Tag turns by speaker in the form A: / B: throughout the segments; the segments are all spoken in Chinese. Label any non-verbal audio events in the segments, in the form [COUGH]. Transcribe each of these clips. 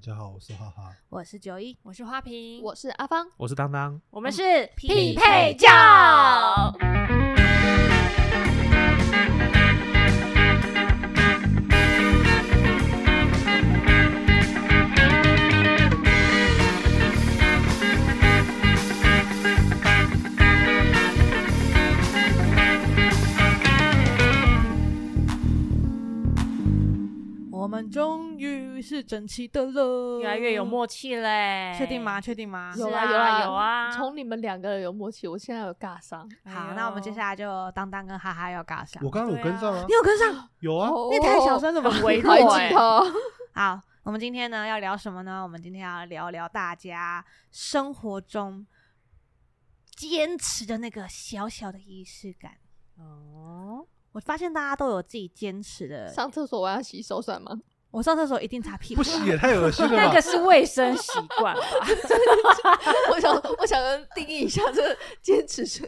A: 家好，我是哈哈。
B: 我是九一，嗯
C: 我是花瓶，
D: 我是阿芳，
E: 我是当当，
C: 我们是
E: 匹
B: 配
C: 教。
B: 我们终于是整齐的了，
C: 越来越有默契嘞，
B: 确定吗？？确定吗？
C: 是
D: 有
C: 啊
D: 啦有啦
C: 有啊
D: 从你们两个人有默契，我现在有尬上，
C: 哎
B: 好，那我们接下来就当当跟哈哈要尬上。
A: 我刚刚有跟上啊
B: [LAUGHS] 你，有跟上？
A: 有
C: 哦
A: 啊，
D: 哦
B: 你也太小声了吧！
C: 微弱
D: 抬
C: 哎、
D: 起头，
B: 好，我们今天呢要聊什么呢？我们今天要聊聊大家生活中坚持的那个小小的仪式感。
C: 哦，
B: 我发现大家都有自己坚持的。
D: 上厕所我要洗手算吗？
B: 我上厕所一定擦屁股，
A: 不
B: 啊
A: 洗也太恶心了
C: [LAUGHS] 那个
A: 吧？
C: 是卫生习 [LAUGHS] 惯吧？
D: 我想，我想定义一下，这个 [LAUGHS] 坚持是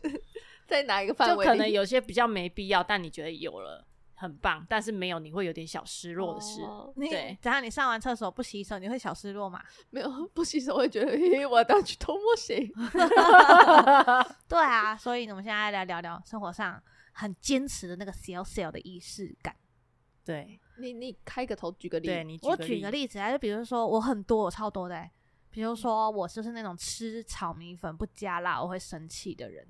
D: 在哪一个范
C: 就
D: 围里？
C: 可能有些比较没必要，但你觉得有了很棒，但是没有你会有点小失落的事。
D: 哦
B: 你
C: 对
B: 等下你上完厕所不洗手，你会小失落吗？
D: 没有不洗手会觉得，嘿嘿，我要当去偷摸
C: [LAUGHS]
D: 谁？
B: 对啊，所以我们现在来聊聊生活上很坚持的那个小小的仪式感。
C: 对
D: 你你开个头，举个例，
C: 对，你
B: 我举个，例子啊，就比如说我很多，我超多的欸、比如说我就是那种吃炒米粉不加辣我会生气的人，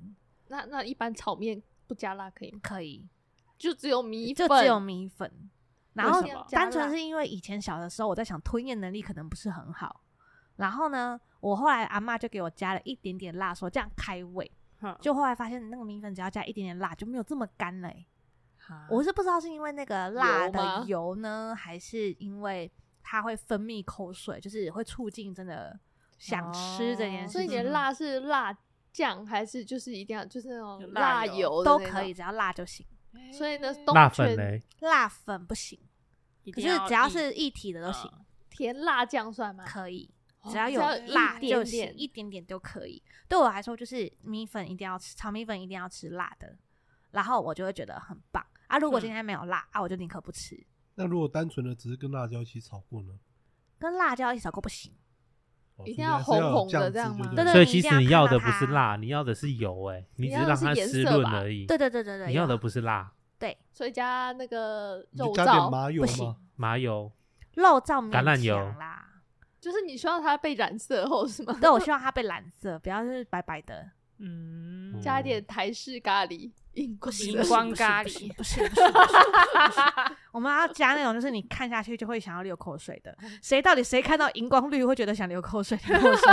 D: 那那一般炒面不加辣可以吗？
B: 可以，
D: 就只有米
B: 就
D: 粉，
B: 只有米粉。然后
C: 为什么
B: 单纯是因为以前小的时候，我在想吞咽能力可能不是很好。然后呢，我后来阿嬷就给我加了一点点辣，说这样开胃。
C: 哼
B: 就后来发现那个米粉只要加一点点辣就没有这么干了欸、
C: 哈
B: 我是不知道是因为那个辣
D: 油
B: 的
D: 吗
B: 油呢，还是因为它会分泌口水，就是会促进真的想吃这件
C: 哦
B: 事
D: 所以
B: 情。
D: 你的辣是辣酱还是就是一定要就是那
C: 有
D: 种
C: 辣油
D: 油的
B: 都
D: 那
B: 可以，
D: 种。
B: 只要辣就行，
D: 所以呢，
C: 哎
D: 东
E: 辣粉
D: 泉
E: 嘞，
B: 辣粉不行，
C: 一
B: 可
C: 定
B: 是
C: 要
B: 只要
C: 一
B: 是一体的都行，
D: 甜辣酱算吗？
B: 可以。
D: 嗯哦
B: 只要有
D: 只要一
B: 辣就
D: 点
B: 行，
D: 点
B: 一点点就可以。对我来说，就是米粉一定要吃，炒米粉一定要吃辣的，然后我就会觉得很棒啊。如果
D: 嗯
B: 今天没有辣、啊，我就宁可不吃，
A: 那如果单纯的只是跟辣椒一起炒过呢？
B: 跟辣椒一起炒过不行。
A: 哦
D: 一定要红红的这样吗
A: 所以还是要有酱汁就对了
B: 对
E: 所以
B: 你
E: 其
B: 一定
E: 实你
B: 要
E: 要
B: 看
E: 的
B: 到
E: 不是
B: 它
E: 辣，你要的是油，哎，你
D: 你
E: 只
D: 要
E: 是
D: 的
E: 让
D: 是
E: 它
D: 颜
E: 湿
D: 色
E: 润
D: 吧
E: 而已。
B: 对对对对对，
E: 你要的
B: 有
E: 不是辣，
B: 对
D: 所以加那个
A: 你
D: 肉
A: 就加点
D: 燥，
A: 麻油
B: 不行
A: 吗？
E: 麻油
B: 肉燥
E: 橄榄
B: 勉
E: 油
B: 强啦。
D: 就是你希望它被染色后是吗？
B: 对，我希望它被染色，不要是白白的。
C: 嗯
D: 加一点台式咖喱，荧光
C: 荧光咖
B: 不行
C: 喱，
B: 不行不行不行不行我们要加那种就是你看下去就会想要流口水的。谁到底谁看到荧光绿会觉得想流口水？ [LAUGHS] 你跟我说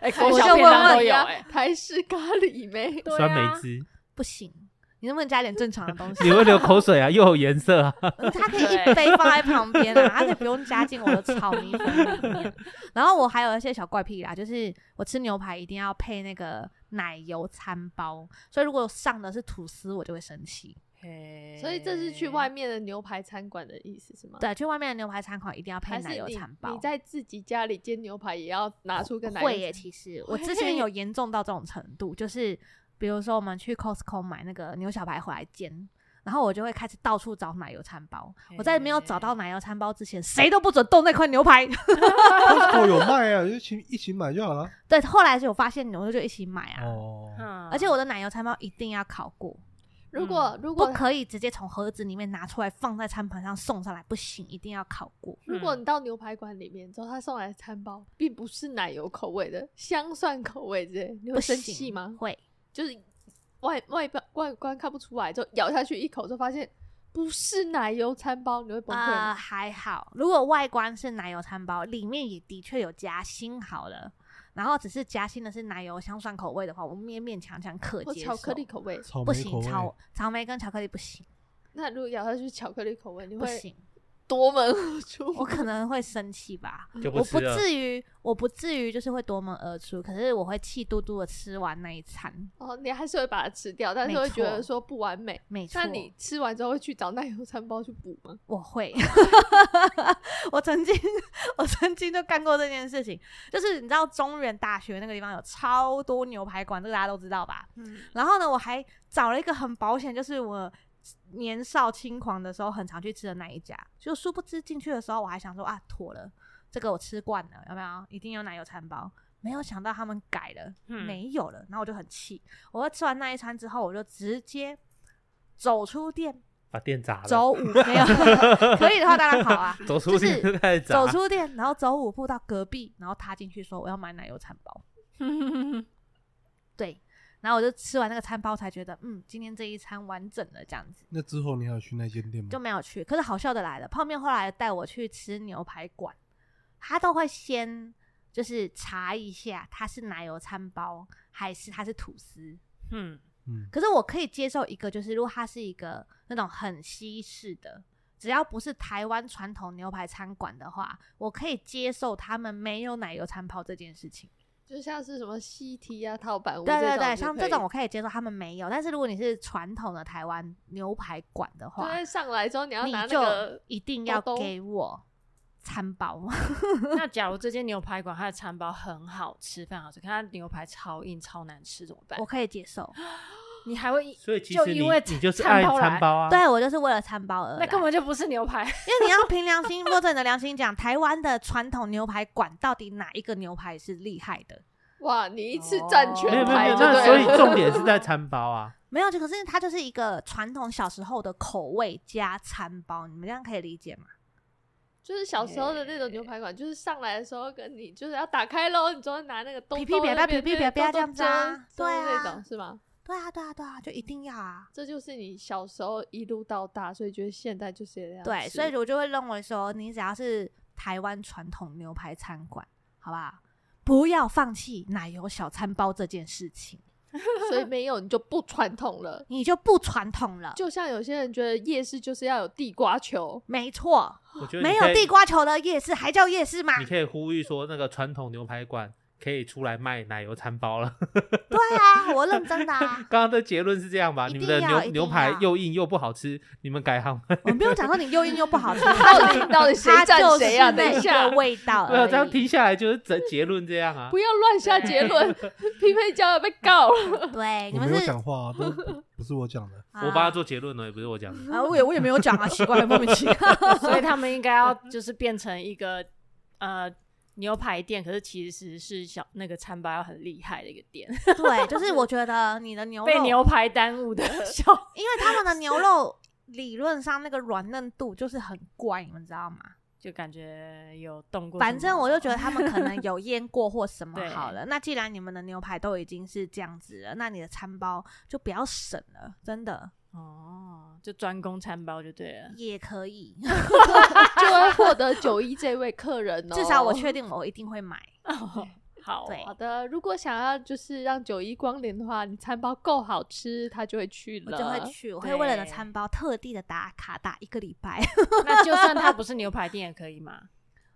C: 哎、
B: 我
C: 国小
B: 就问
C: 便当
B: 问
C: 都
B: 你
C: 有
B: 啊
C: 哎、
D: 台式咖喱没？
C: 对
E: 酸
C: 啊
E: 梅汁，
B: 不行，你能不能加点正常的东西？
E: 你会流口水啊， [LAUGHS] 又有颜色啊。
B: 嗯它可以一杯放在旁边啊，它可以不用加进我的炒米粉里面。然后我还有一些小怪癖啦，就是我吃牛排一定要配那个奶油餐包，所以如果上的是吐司，我就会生气。
C: 嘿
D: [LAUGHS] 所以这是去外面的牛排餐馆的意思是吗？，
B: 对，去外面的牛排餐馆一定要配
D: 还是
B: 奶油
D: 你
B: 餐包。
D: 你在自己家里煎牛排也要拿出个奶油
B: 会耶，其
D: [LAUGHS]
B: 实我之前有严重到这种程度，就是比如说我们去 Costco 买那个牛小排回来煎，然后我就会开始到处找奶油餐包。我在没有找到奶油餐包之前，谁都不准动那块牛排。 [LAUGHS]
A: Costco 有卖啊，就去一起买就好了。
B: 对，后来是有发现，我就一起买啊。
A: 哦，
C: 嗯
B: 而且我的奶油餐包一定要烤过，
D: 如果如
B: 嗯不
D: 果
B: 可以直接从盒子里面拿出来放在餐盘上送上来，不行，一定要烤过。
D: 如果你到牛排馆里面之后，他送来的餐包并不是奶油口味的，香蒜口味之类，你
B: 不
D: 会生
B: 行
D: 气吗？
B: 会，
D: 就是外外观外观看不出来，就咬下去一口就发现不是奶油餐包，你会崩溃
B: 啊，
D: 吗？
B: 还好，如果外观是奶油餐包，里面也的确有夹心好了，然后只是夹心的是奶油香蒜口味的话，我勉勉强强可
D: 或
B: 接受。
D: 巧克力口味， [LAUGHS]
A: 草
B: 不
A: 莓口
B: 行，
A: 味，
B: 草草莓跟巧克力不行，
D: 那如果咬下去巧克力口味，你
B: 不
D: 会
B: 行，
D: 夺门而出吗。
B: 我可能会生气
E: [LAUGHS]
B: 吧。
E: 就
B: 嗯我
E: 吃啊
B: 不
E: 了。
B: 至于，我不至于就是会夺门而出，可是我会气嘟嘟的吃完那一餐。
D: 哦，你还是会把它吃掉，但是
B: 没
D: 会觉得
B: 错
D: 说不完美。
B: 没错，
D: 那你吃完之后会去找奶油餐包去补吗？
B: 我会， [LAUGHS] 我曾经我曾经就干过这件事情，就是你知道中原大学那个地方有超多牛排馆，这个大家都知道吧？
D: 嗯，
B: 然后呢，我还找了一个很保险，就是我年少轻狂的时候很常去吃的那一家，就殊不知进去的时候我还想说啊，妥了。这个我吃惯了，有没有？一定有奶油餐包。没有想到他们改了，
C: 嗯
B: 没有了，然后我就很气。我就吃完那一餐之后，我就直接走出店，
E: 把店砸了， [LAUGHS]
B: 走五没有，可以的话当然好啊。
E: 走出
B: 就
E: 去
B: 是
E: 就开始砸，
B: 走出店，然后走五步到隔壁，然后踏进去说我要买奶油餐
E: [LAUGHS]
B: 包。对，然后我就吃完那个餐包才觉得，嗯，今天这一餐完整了，这样子
A: 那之后你还有去那间店吗？
B: 就没有去。可是好笑的来了，泡面后来带我去吃牛排馆，他都会先就是查一下它是奶油餐包还是它是吐司。
C: 嗯，
A: 嗯，
B: 可是我可以接受一个，就是如果它是一个那种很西式的，只要不是台湾传统牛排餐馆的话，我可以接受他们没有奶油餐包这件事情。
D: 就像是什么西提啊、套板屋
B: 对对
D: 这种
B: 对，
D: 就
B: 像
D: 可
B: 这种
D: 以
B: 我可以接受他们没有，但是如果你是传统的台湾牛排馆的话
D: 就，是上来之后你要
B: 你
D: 拿那
B: 就
D: 个，
B: 一定要
D: 兜兜
B: 给我餐包。
C: 那假如这间牛排馆它的餐包很好吃，非常好吃，看它牛排超硬超难吃怎么办
B: 我？可以接受，
C: 你还会
E: 所以其
C: 就
E: 实你
C: 因为
E: 你就是
C: 餐
E: 爱
C: 包来
E: 餐包啊，
B: 对我就是为了餐包而来。
C: 那根本就不是牛
B: [LAUGHS]
C: 排，
B: 因为你要凭良心， [LAUGHS] 摸着你的良心讲，台湾的传统牛排馆到底哪一个牛排是厉害的？
D: 哇，你一
B: 哦
D: 次占全
E: 没有没有没
D: 台
E: 有，
D: 就对
E: 那
D: 了，
B: [LAUGHS]
E: 所以重点是在餐包啊，
B: 没有，就可是它就是一个传统小时候的口味加餐包，你们这样可以理解吗？
D: 就是小时候的那种牛排馆，就是上来的时候跟你就是要打开喽，你就要拿那个东
B: 皮皮
D: 东
B: 啪啪
D: 那边
B: 皮皮
D: 那个
B: 啪啪
D: 东
B: 这样子啊
D: 东遮
B: 对啊
D: 遮那种是吗？
B: 对啊，对啊，对啊，就一定要啊。
D: 这就是你小时候一路到大，所以觉得现在就是这样吃。
B: 对，所以我就会认为说，你只要是台湾传统牛排餐馆，好不好？不要放弃奶油小餐包这件事情，
D: 所以没有你就不传统了。
B: 你就不传统了。
D: 就像有些人觉得夜市就是要有地瓜球，
B: 没错，
E: 我觉得你
B: 没有
E: 可以
B: 地，瓜球的夜市还叫夜市吗？
E: 你可以呼吁说那个传统牛排馆可以出来卖奶油餐包了。，
B: 对啊，我认真的啊 [LAUGHS]
E: [LAUGHS] 刚刚的结论是这样吧？
B: 一
E: 你
B: 定
E: 们的
B: 要一定
E: 牛牛排
B: 要
E: 又硬又不好吃，你们改行吧。
B: 我不用讲说你又硬又不好吃，它
D: 到
B: 就
D: 底
B: 是
D: 到底谁
B: 它
D: 占
B: 就是
D: 谁啊？等
B: 那
D: 一
B: 一
D: 下
B: 个，味道
E: [LAUGHS] 没有
B: 而
E: 这样
B: 已。
E: 听下来就是结结论这样啊
D: 不。要乱下结
B: [LAUGHS]
D: 论，匹配椒要被告了。
B: 对，你
A: 我
B: 们
A: 没有
B: 哎是
A: 讲话啊，都不不是我讲的。
E: 我帮他做结论了，也不是我讲的。
B: 啊，我也我也没有讲啊，奇怪，莫名其妙。
C: 所以他们应该要就是变成一个呃牛排店，可是其实是小那个餐包要很厉害的一个店，
B: [LAUGHS] 对，就是我觉得你的牛肉
C: 被牛排耽
B: [LAUGHS]
C: 误的小。
B: 因为他们的牛肉理论上那个软嫩度就是很怪，你们知道吗？
C: 就感觉有动过什么。
B: 反正我就觉得他们可能
C: [LAUGHS]
B: 有腌过或什么
C: 对
B: 好了。那既然你们的牛排都已经是这样子了，那你的餐包就不要省了，真的
C: 哦，就专攻餐包就对了。
B: 也可以。
D: 就会获得九一这位客人
B: [LAUGHS]
D: 哦。
B: 至少我确定我一定会买。
C: 哦好，
B: 对
D: 好的。如果想要就是让九一光临的话，你餐包够好吃，他就会去
B: 我
D: 了。
B: 就会去，我会为了你的
C: 对
B: 餐包特地的打卡打一个礼拜， [LAUGHS]
C: 那就算它不是牛排店也可以嘛？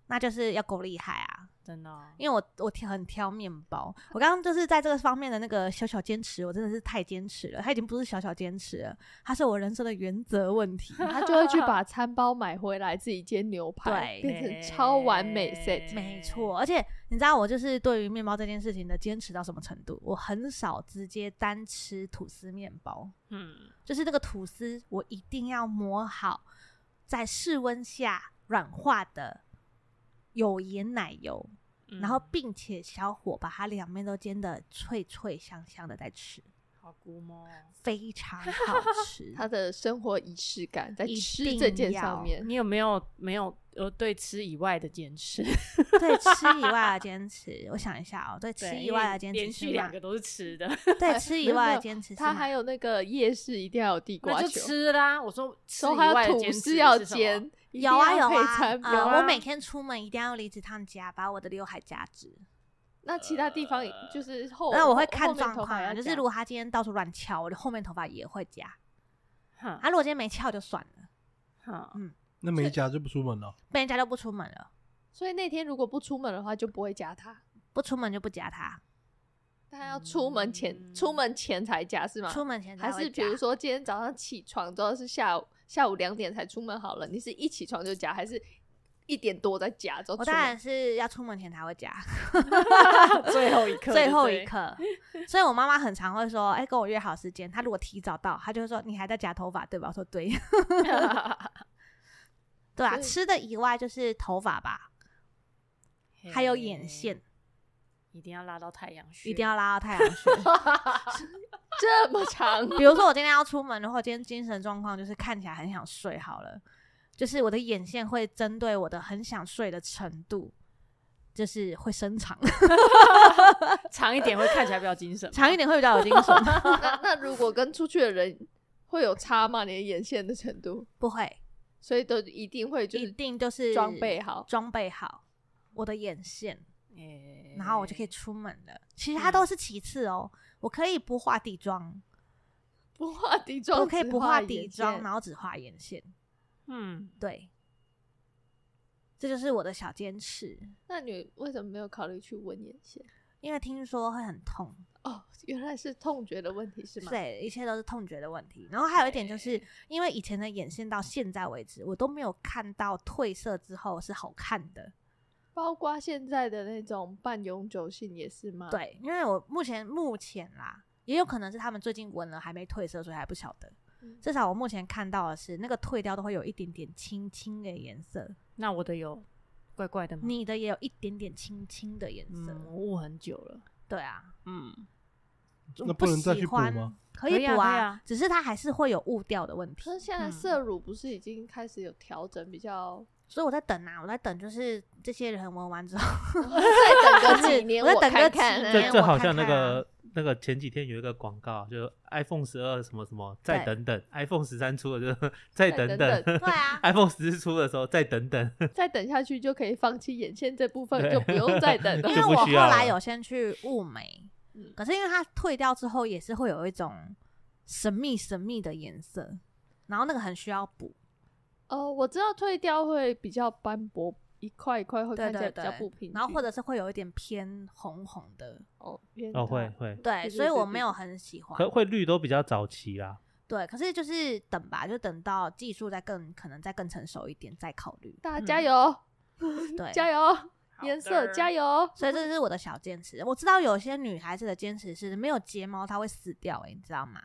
B: 那就是要够厉害啊！
C: 真
B: [LAUGHS]
C: 的哦、
B: 因为我我挑很挑面包，我刚刚就是在这个方面的那个小小坚持，我真的是太坚持了，它已经不是小小坚持了，它是我人生的原则问题。
D: 他 [LAUGHS] 就
B: [LAUGHS]
D: 会去把餐包买回来自己煎牛排，
B: 对
D: 变成超完美 set。
B: 没错，而且你知道我就是对于面包这件事情的坚持到什么程度？我很少直接单吃吐司面包，
C: 嗯，
B: 就是那个吐司我一定要磨好，在室温下软化的有盐奶油，
C: 嗯，
B: 然后并且小火把它两面都煎的脆脆香香的再吃，
C: 好估摸哦。
B: 非
D: [LAUGHS]
B: 常好吃。
D: 他的生活仪式感在
B: 一
D: 吃
B: 定
D: 这件
B: 要
D: 上面，
C: 你有没有没有呃对吃以外的坚持？
B: 对吃以外
D: [LAUGHS]
B: 的坚持，我想一下哦，对吃
C: 对
B: 以
C: 因
B: 外
C: 为
B: 的坚持
C: 连
B: 是
C: 续两
B: 哪
C: 个都是吃的，
B: 对吃以
D: [LAUGHS]
B: 外的坚持是
D: 他
B: 哪，
D: 还有那个夜市一定要有地瓜
C: 那就
D: 球，
C: 吃啦。我说吃
D: 然
C: 以
D: 后还
C: 外
D: 有
C: 的
D: 吐
C: 坚持
D: 司要
C: 是什么
D: 煎，一定
B: 有啊
D: 要
B: 有
D: 配
B: 啊
D: 餐
B: 呃
D: 有
B: 我
D: 啊
B: 每天出门一定要用离子烫夹，把我的刘海夹直。
D: 那其他地方也就是后，
B: 呃那我会
D: 后
B: 看
D: 哦后面
B: 状
D: 头发
B: 况
D: 要
B: 啊，就是
D: 夹
B: 如果他今天到处乱翘，我的后面头发也会夹。
C: 哼
B: 啊，如果今天没翘就算了，
C: 哼
A: 那美甲就不出门了，
B: 被人家就不出门了，
D: 所以那天如果不出门的话，就不会夹它。
B: 不出门就不夹它，
D: 但要出门前，
C: 嗯
D: 出门前才夹是吗？
B: 出门前才
D: 还
B: 会
D: 是
B: 夹
D: 比如说今天早上起床之后是下午下午两点才出门好了？你是一起床就夹，还是一点多再夹之后
B: 我
D: 出
B: 当
D: 门
B: 然？是要出门前才会夹，
C: 最后一 [LAUGHS] 刻，
B: 最后一，
D: [LAUGHS]
B: 刻。所以我妈妈很常会说：“哎、跟我约好时间。”她如果提早到，她就会说：“你还在夹头发对吧？”我说：“对。 [LAUGHS] 啊”对啊，
D: 所以
B: 吃的以外就是头发吧。还有眼线，
C: 一定要拉到太阳穴，
B: 一定要拉到太阳穴。
D: [LAUGHS] 这么长， [LAUGHS]
B: 比如说我今天要出门，然后今天精神状况就是看起来很想睡，好了，就是我的眼线会针对我的很想睡的程度，就是会伸长，。
C: 长一点会看起来比较精神
B: [LAUGHS] 长一点会比较有
D: [LAUGHS]
B: 精神，
D: 那那如果跟出去的人会有差吗？你的眼线的程度，
B: 不会，
D: 所以都一定会就
B: 一
D: 是
B: 定就是
D: 装备好
B: 装备好我的眼线，
C: 哎
B: 然后我就可以出门了。其
D: 嗯
B: 他都是其次哦，我可以不画底妆，
D: 不画底妆，
B: 我可以
D: 只
B: 不画
D: 画
B: 底
D: 眼
B: 妆，啊
D: 线
B: 然后只画眼线，
C: 嗯，
B: 对。这就是我的小坚持，
D: 那你为什么没有考虑去纹眼线？
B: 因为听说会很痛，
D: 哦，原来是痛觉的问题是吗？
B: 对，一切都是痛觉的问题。然后还有一点就是，因为以前的眼线到现在为止，我都没有看到褪色之后是好看的。
D: 包括现在的那种半永久性也是吗？，
B: 对，因为我目前目前啦，也有可能是他们最近纹了还没褪色，所以还不晓得。
D: 嗯
B: 至少我目前看到的是，那个褪掉都会有一点点青青的颜色，
C: 那我的有怪怪的吗？
B: 你的也有一点点青青的颜色。
C: 嗯，我捂很久了。
B: 对啊，
C: 嗯，
B: 我
A: 那不能再
B: 喜
A: 去补
B: 欢
A: 吗？
B: 可
C: 可
B: 以
C: 以啊
B: 补
C: 可以
B: 啊
C: 啊，
B: 只是它还是会有雾掉的问题
D: 可。是现在
C: 嗯
D: 色乳不是已经开始有调整，比较
B: 所以我在等啊，我在等，就是这些人纹完之
D: [LAUGHS]
B: 后，
D: 再等
B: 就
D: 个
B: 是
D: 几年，
B: 我
D: 我
B: 再等个
D: 看
B: 几
D: 看
B: 年
D: 啊。
B: 哎
E: 这这
B: 我
E: 好
B: 看
E: 像那
B: 看啊
E: 个那个前几天有一个广告，就 iPhone 十二什么什么，再
B: 对
E: 等等，iPhone 十三出了就 [LAUGHS] 再等
D: 等
E: 等
B: 对啊，
E: [LAUGHS] ，iPhone 十四出的时候再等等，
D: 再等下去就可以放弃眼线这部分，
E: 对
D: 就不用再等了
B: 因。为
E: [LAUGHS] 就不
B: 我
E: 需
B: 后
E: 要
B: 来
E: 了
B: 有先去雾眉
D: 嗯，
B: 可是因为它退掉之后也是会有一种神秘神秘的颜色，然后那个很需要补，
D: 哦，我知道退掉会比较斑驳，一块一块会
B: 对
D: 看起来
B: 对
D: 比较不
B: 对
D: 平，
B: 然后或
D: 者
B: 者是会有一点偏红红的，
D: 哦，原
E: 哦会
D: 来
E: 会，
B: 对，
D: 对
B: 所以
D: 对
B: 我
D: 对
B: 没有很喜欢
E: 可。会绿都比较早期啊啦，
B: 对，可是就是等吧，就等到技术再更可能再更成熟一点再考虑。
D: 大家加油，
B: 嗯对，
D: 加油，颜
E: 好
D: 色
E: 的
D: 加油。
B: 所以这是我的小坚持。我知道有些女孩子的坚持是没有睫毛她会死掉、欸，你知道吗？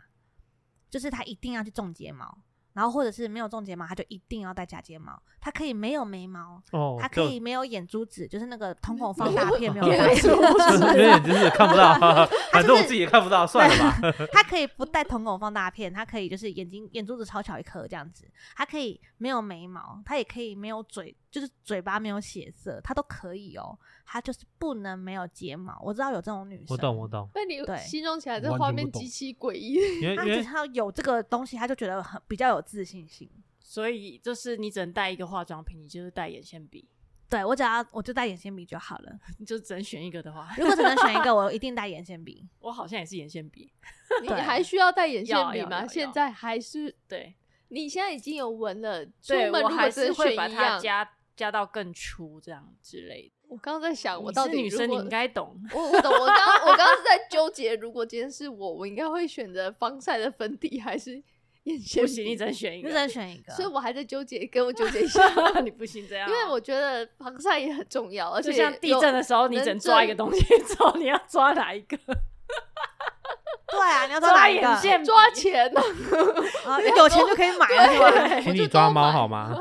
B: 就是她一定要去种睫毛，然后或者是没有种睫毛，她就一定要戴假睫毛。她可以没有眉毛，
E: 哦，
B: 她可
E: 就
B: 以没有眼珠子，就是那个瞳孔放大片没有
D: [LAUGHS] 眼珠
B: 放
E: 有
B: 大
E: 点就是看
B: [LAUGHS]
E: 不到，反正我自己也看不到，算了吧。
B: 她可以不戴瞳孔放大片，她可以就是眼睛眼珠子超小一颗这样子，她可以没有眉毛，她也可以没有嘴，就是嘴巴没有血色，她都可以哦。她就是不能没有睫毛。我知道有这种女生，
E: 我懂，我懂，
D: 被你
B: 对
D: 形容起来，这
A: 完
D: 画
A: 全不
D: 面
A: 懂
D: 极其诡异。 [LAUGHS]
E: 因为
B: 他
E: 因
B: 只
E: 为
B: 要有这个东西，他就觉得很比较有自信心。
C: 所以就是你只能带一个化妆品，你就是带眼线笔，
B: 对我只要我就带眼线笔就好了。
C: 你就只能选一个的话， [LAUGHS]
B: 如果只能选一个，我一定带眼线
D: [LAUGHS]
B: 笔。
C: 我好像也是眼线笔。
D: 你
B: 对
D: 还需要戴眼线
C: 要
D: 笔
C: 要要
D: 吗？
C: 要
D: 现在还是
C: 对，
D: 你现在已经有纹了，出
C: 对
D: 门
C: 我
D: 如果
C: 还
D: 只
C: 是
D: 能
C: 会
D: 选
C: 把
D: 一
C: 它
D: 样，
C: 加加到更粗这样之类的。
D: 我刚刚在想，啊我
C: 你
D: 到
C: 是
D: 底
C: 女
D: 如
C: 生，你
D: 果
C: 应该懂。
D: [LAUGHS] 我我懂，我刚刚我刚刚是在纠结，如果今天是我，我应该会选择防晒的粉底还是眼线
C: 不
D: 笔？
C: 行，你只能选一
B: 你
C: 个
B: 只。能选一个，
D: 所以我还在纠结，跟我纠结一下，
C: [LAUGHS] 你不行这
D: [LAUGHS]
C: 样
D: 因
C: 啊，
D: 为我觉得防晒也很重要，而且
C: 就像地
D: 有
C: 震的时候，你只能抓一个东西， [LAUGHS] 之后你要抓哪
D: [LAUGHS]
C: 一个？
B: 对啊，你要哪
C: 抓
B: 一
C: 眼
B: 个？
C: 线笔
D: 抓钱呢、 [LAUGHS]
B: 啊，有钱就可以买了是吧？
D: 我
E: 请
D: 就
E: 你
D: 都
E: 抓猫
D: 买
E: 好吗？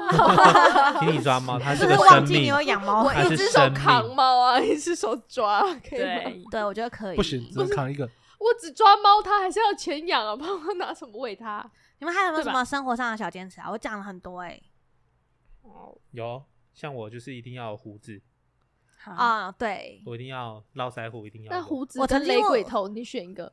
E: 请你
B: [LAUGHS]
E: 抓猫，它
B: 就是是
E: 个
B: 忘
E: 生
B: 记你
E: 命
B: 有。养猫
D: [LAUGHS] 我
E: 它
B: 咪。
E: 是
D: 一只手
E: 生命
D: 扛猫啊，一只手抓，可以吗？
C: 对，
B: 对，我觉得可以。
A: 不行，只能扛一个。
D: 我只抓猫，它还是要钱养啊，不然我拿什么喂它？
B: 你们还有没有
C: 对吧
B: 什么生活上的小坚持啊？我讲了很多哎。
E: 有，像我就是一定要有胡子，
C: 啊，
B: 啊，对，
E: 我一定要络腮胡，一定要有。
D: 那胡子
B: 我曾
D: 跟
B: 经
D: 雷鬼
B: 我
D: 头，你选一个。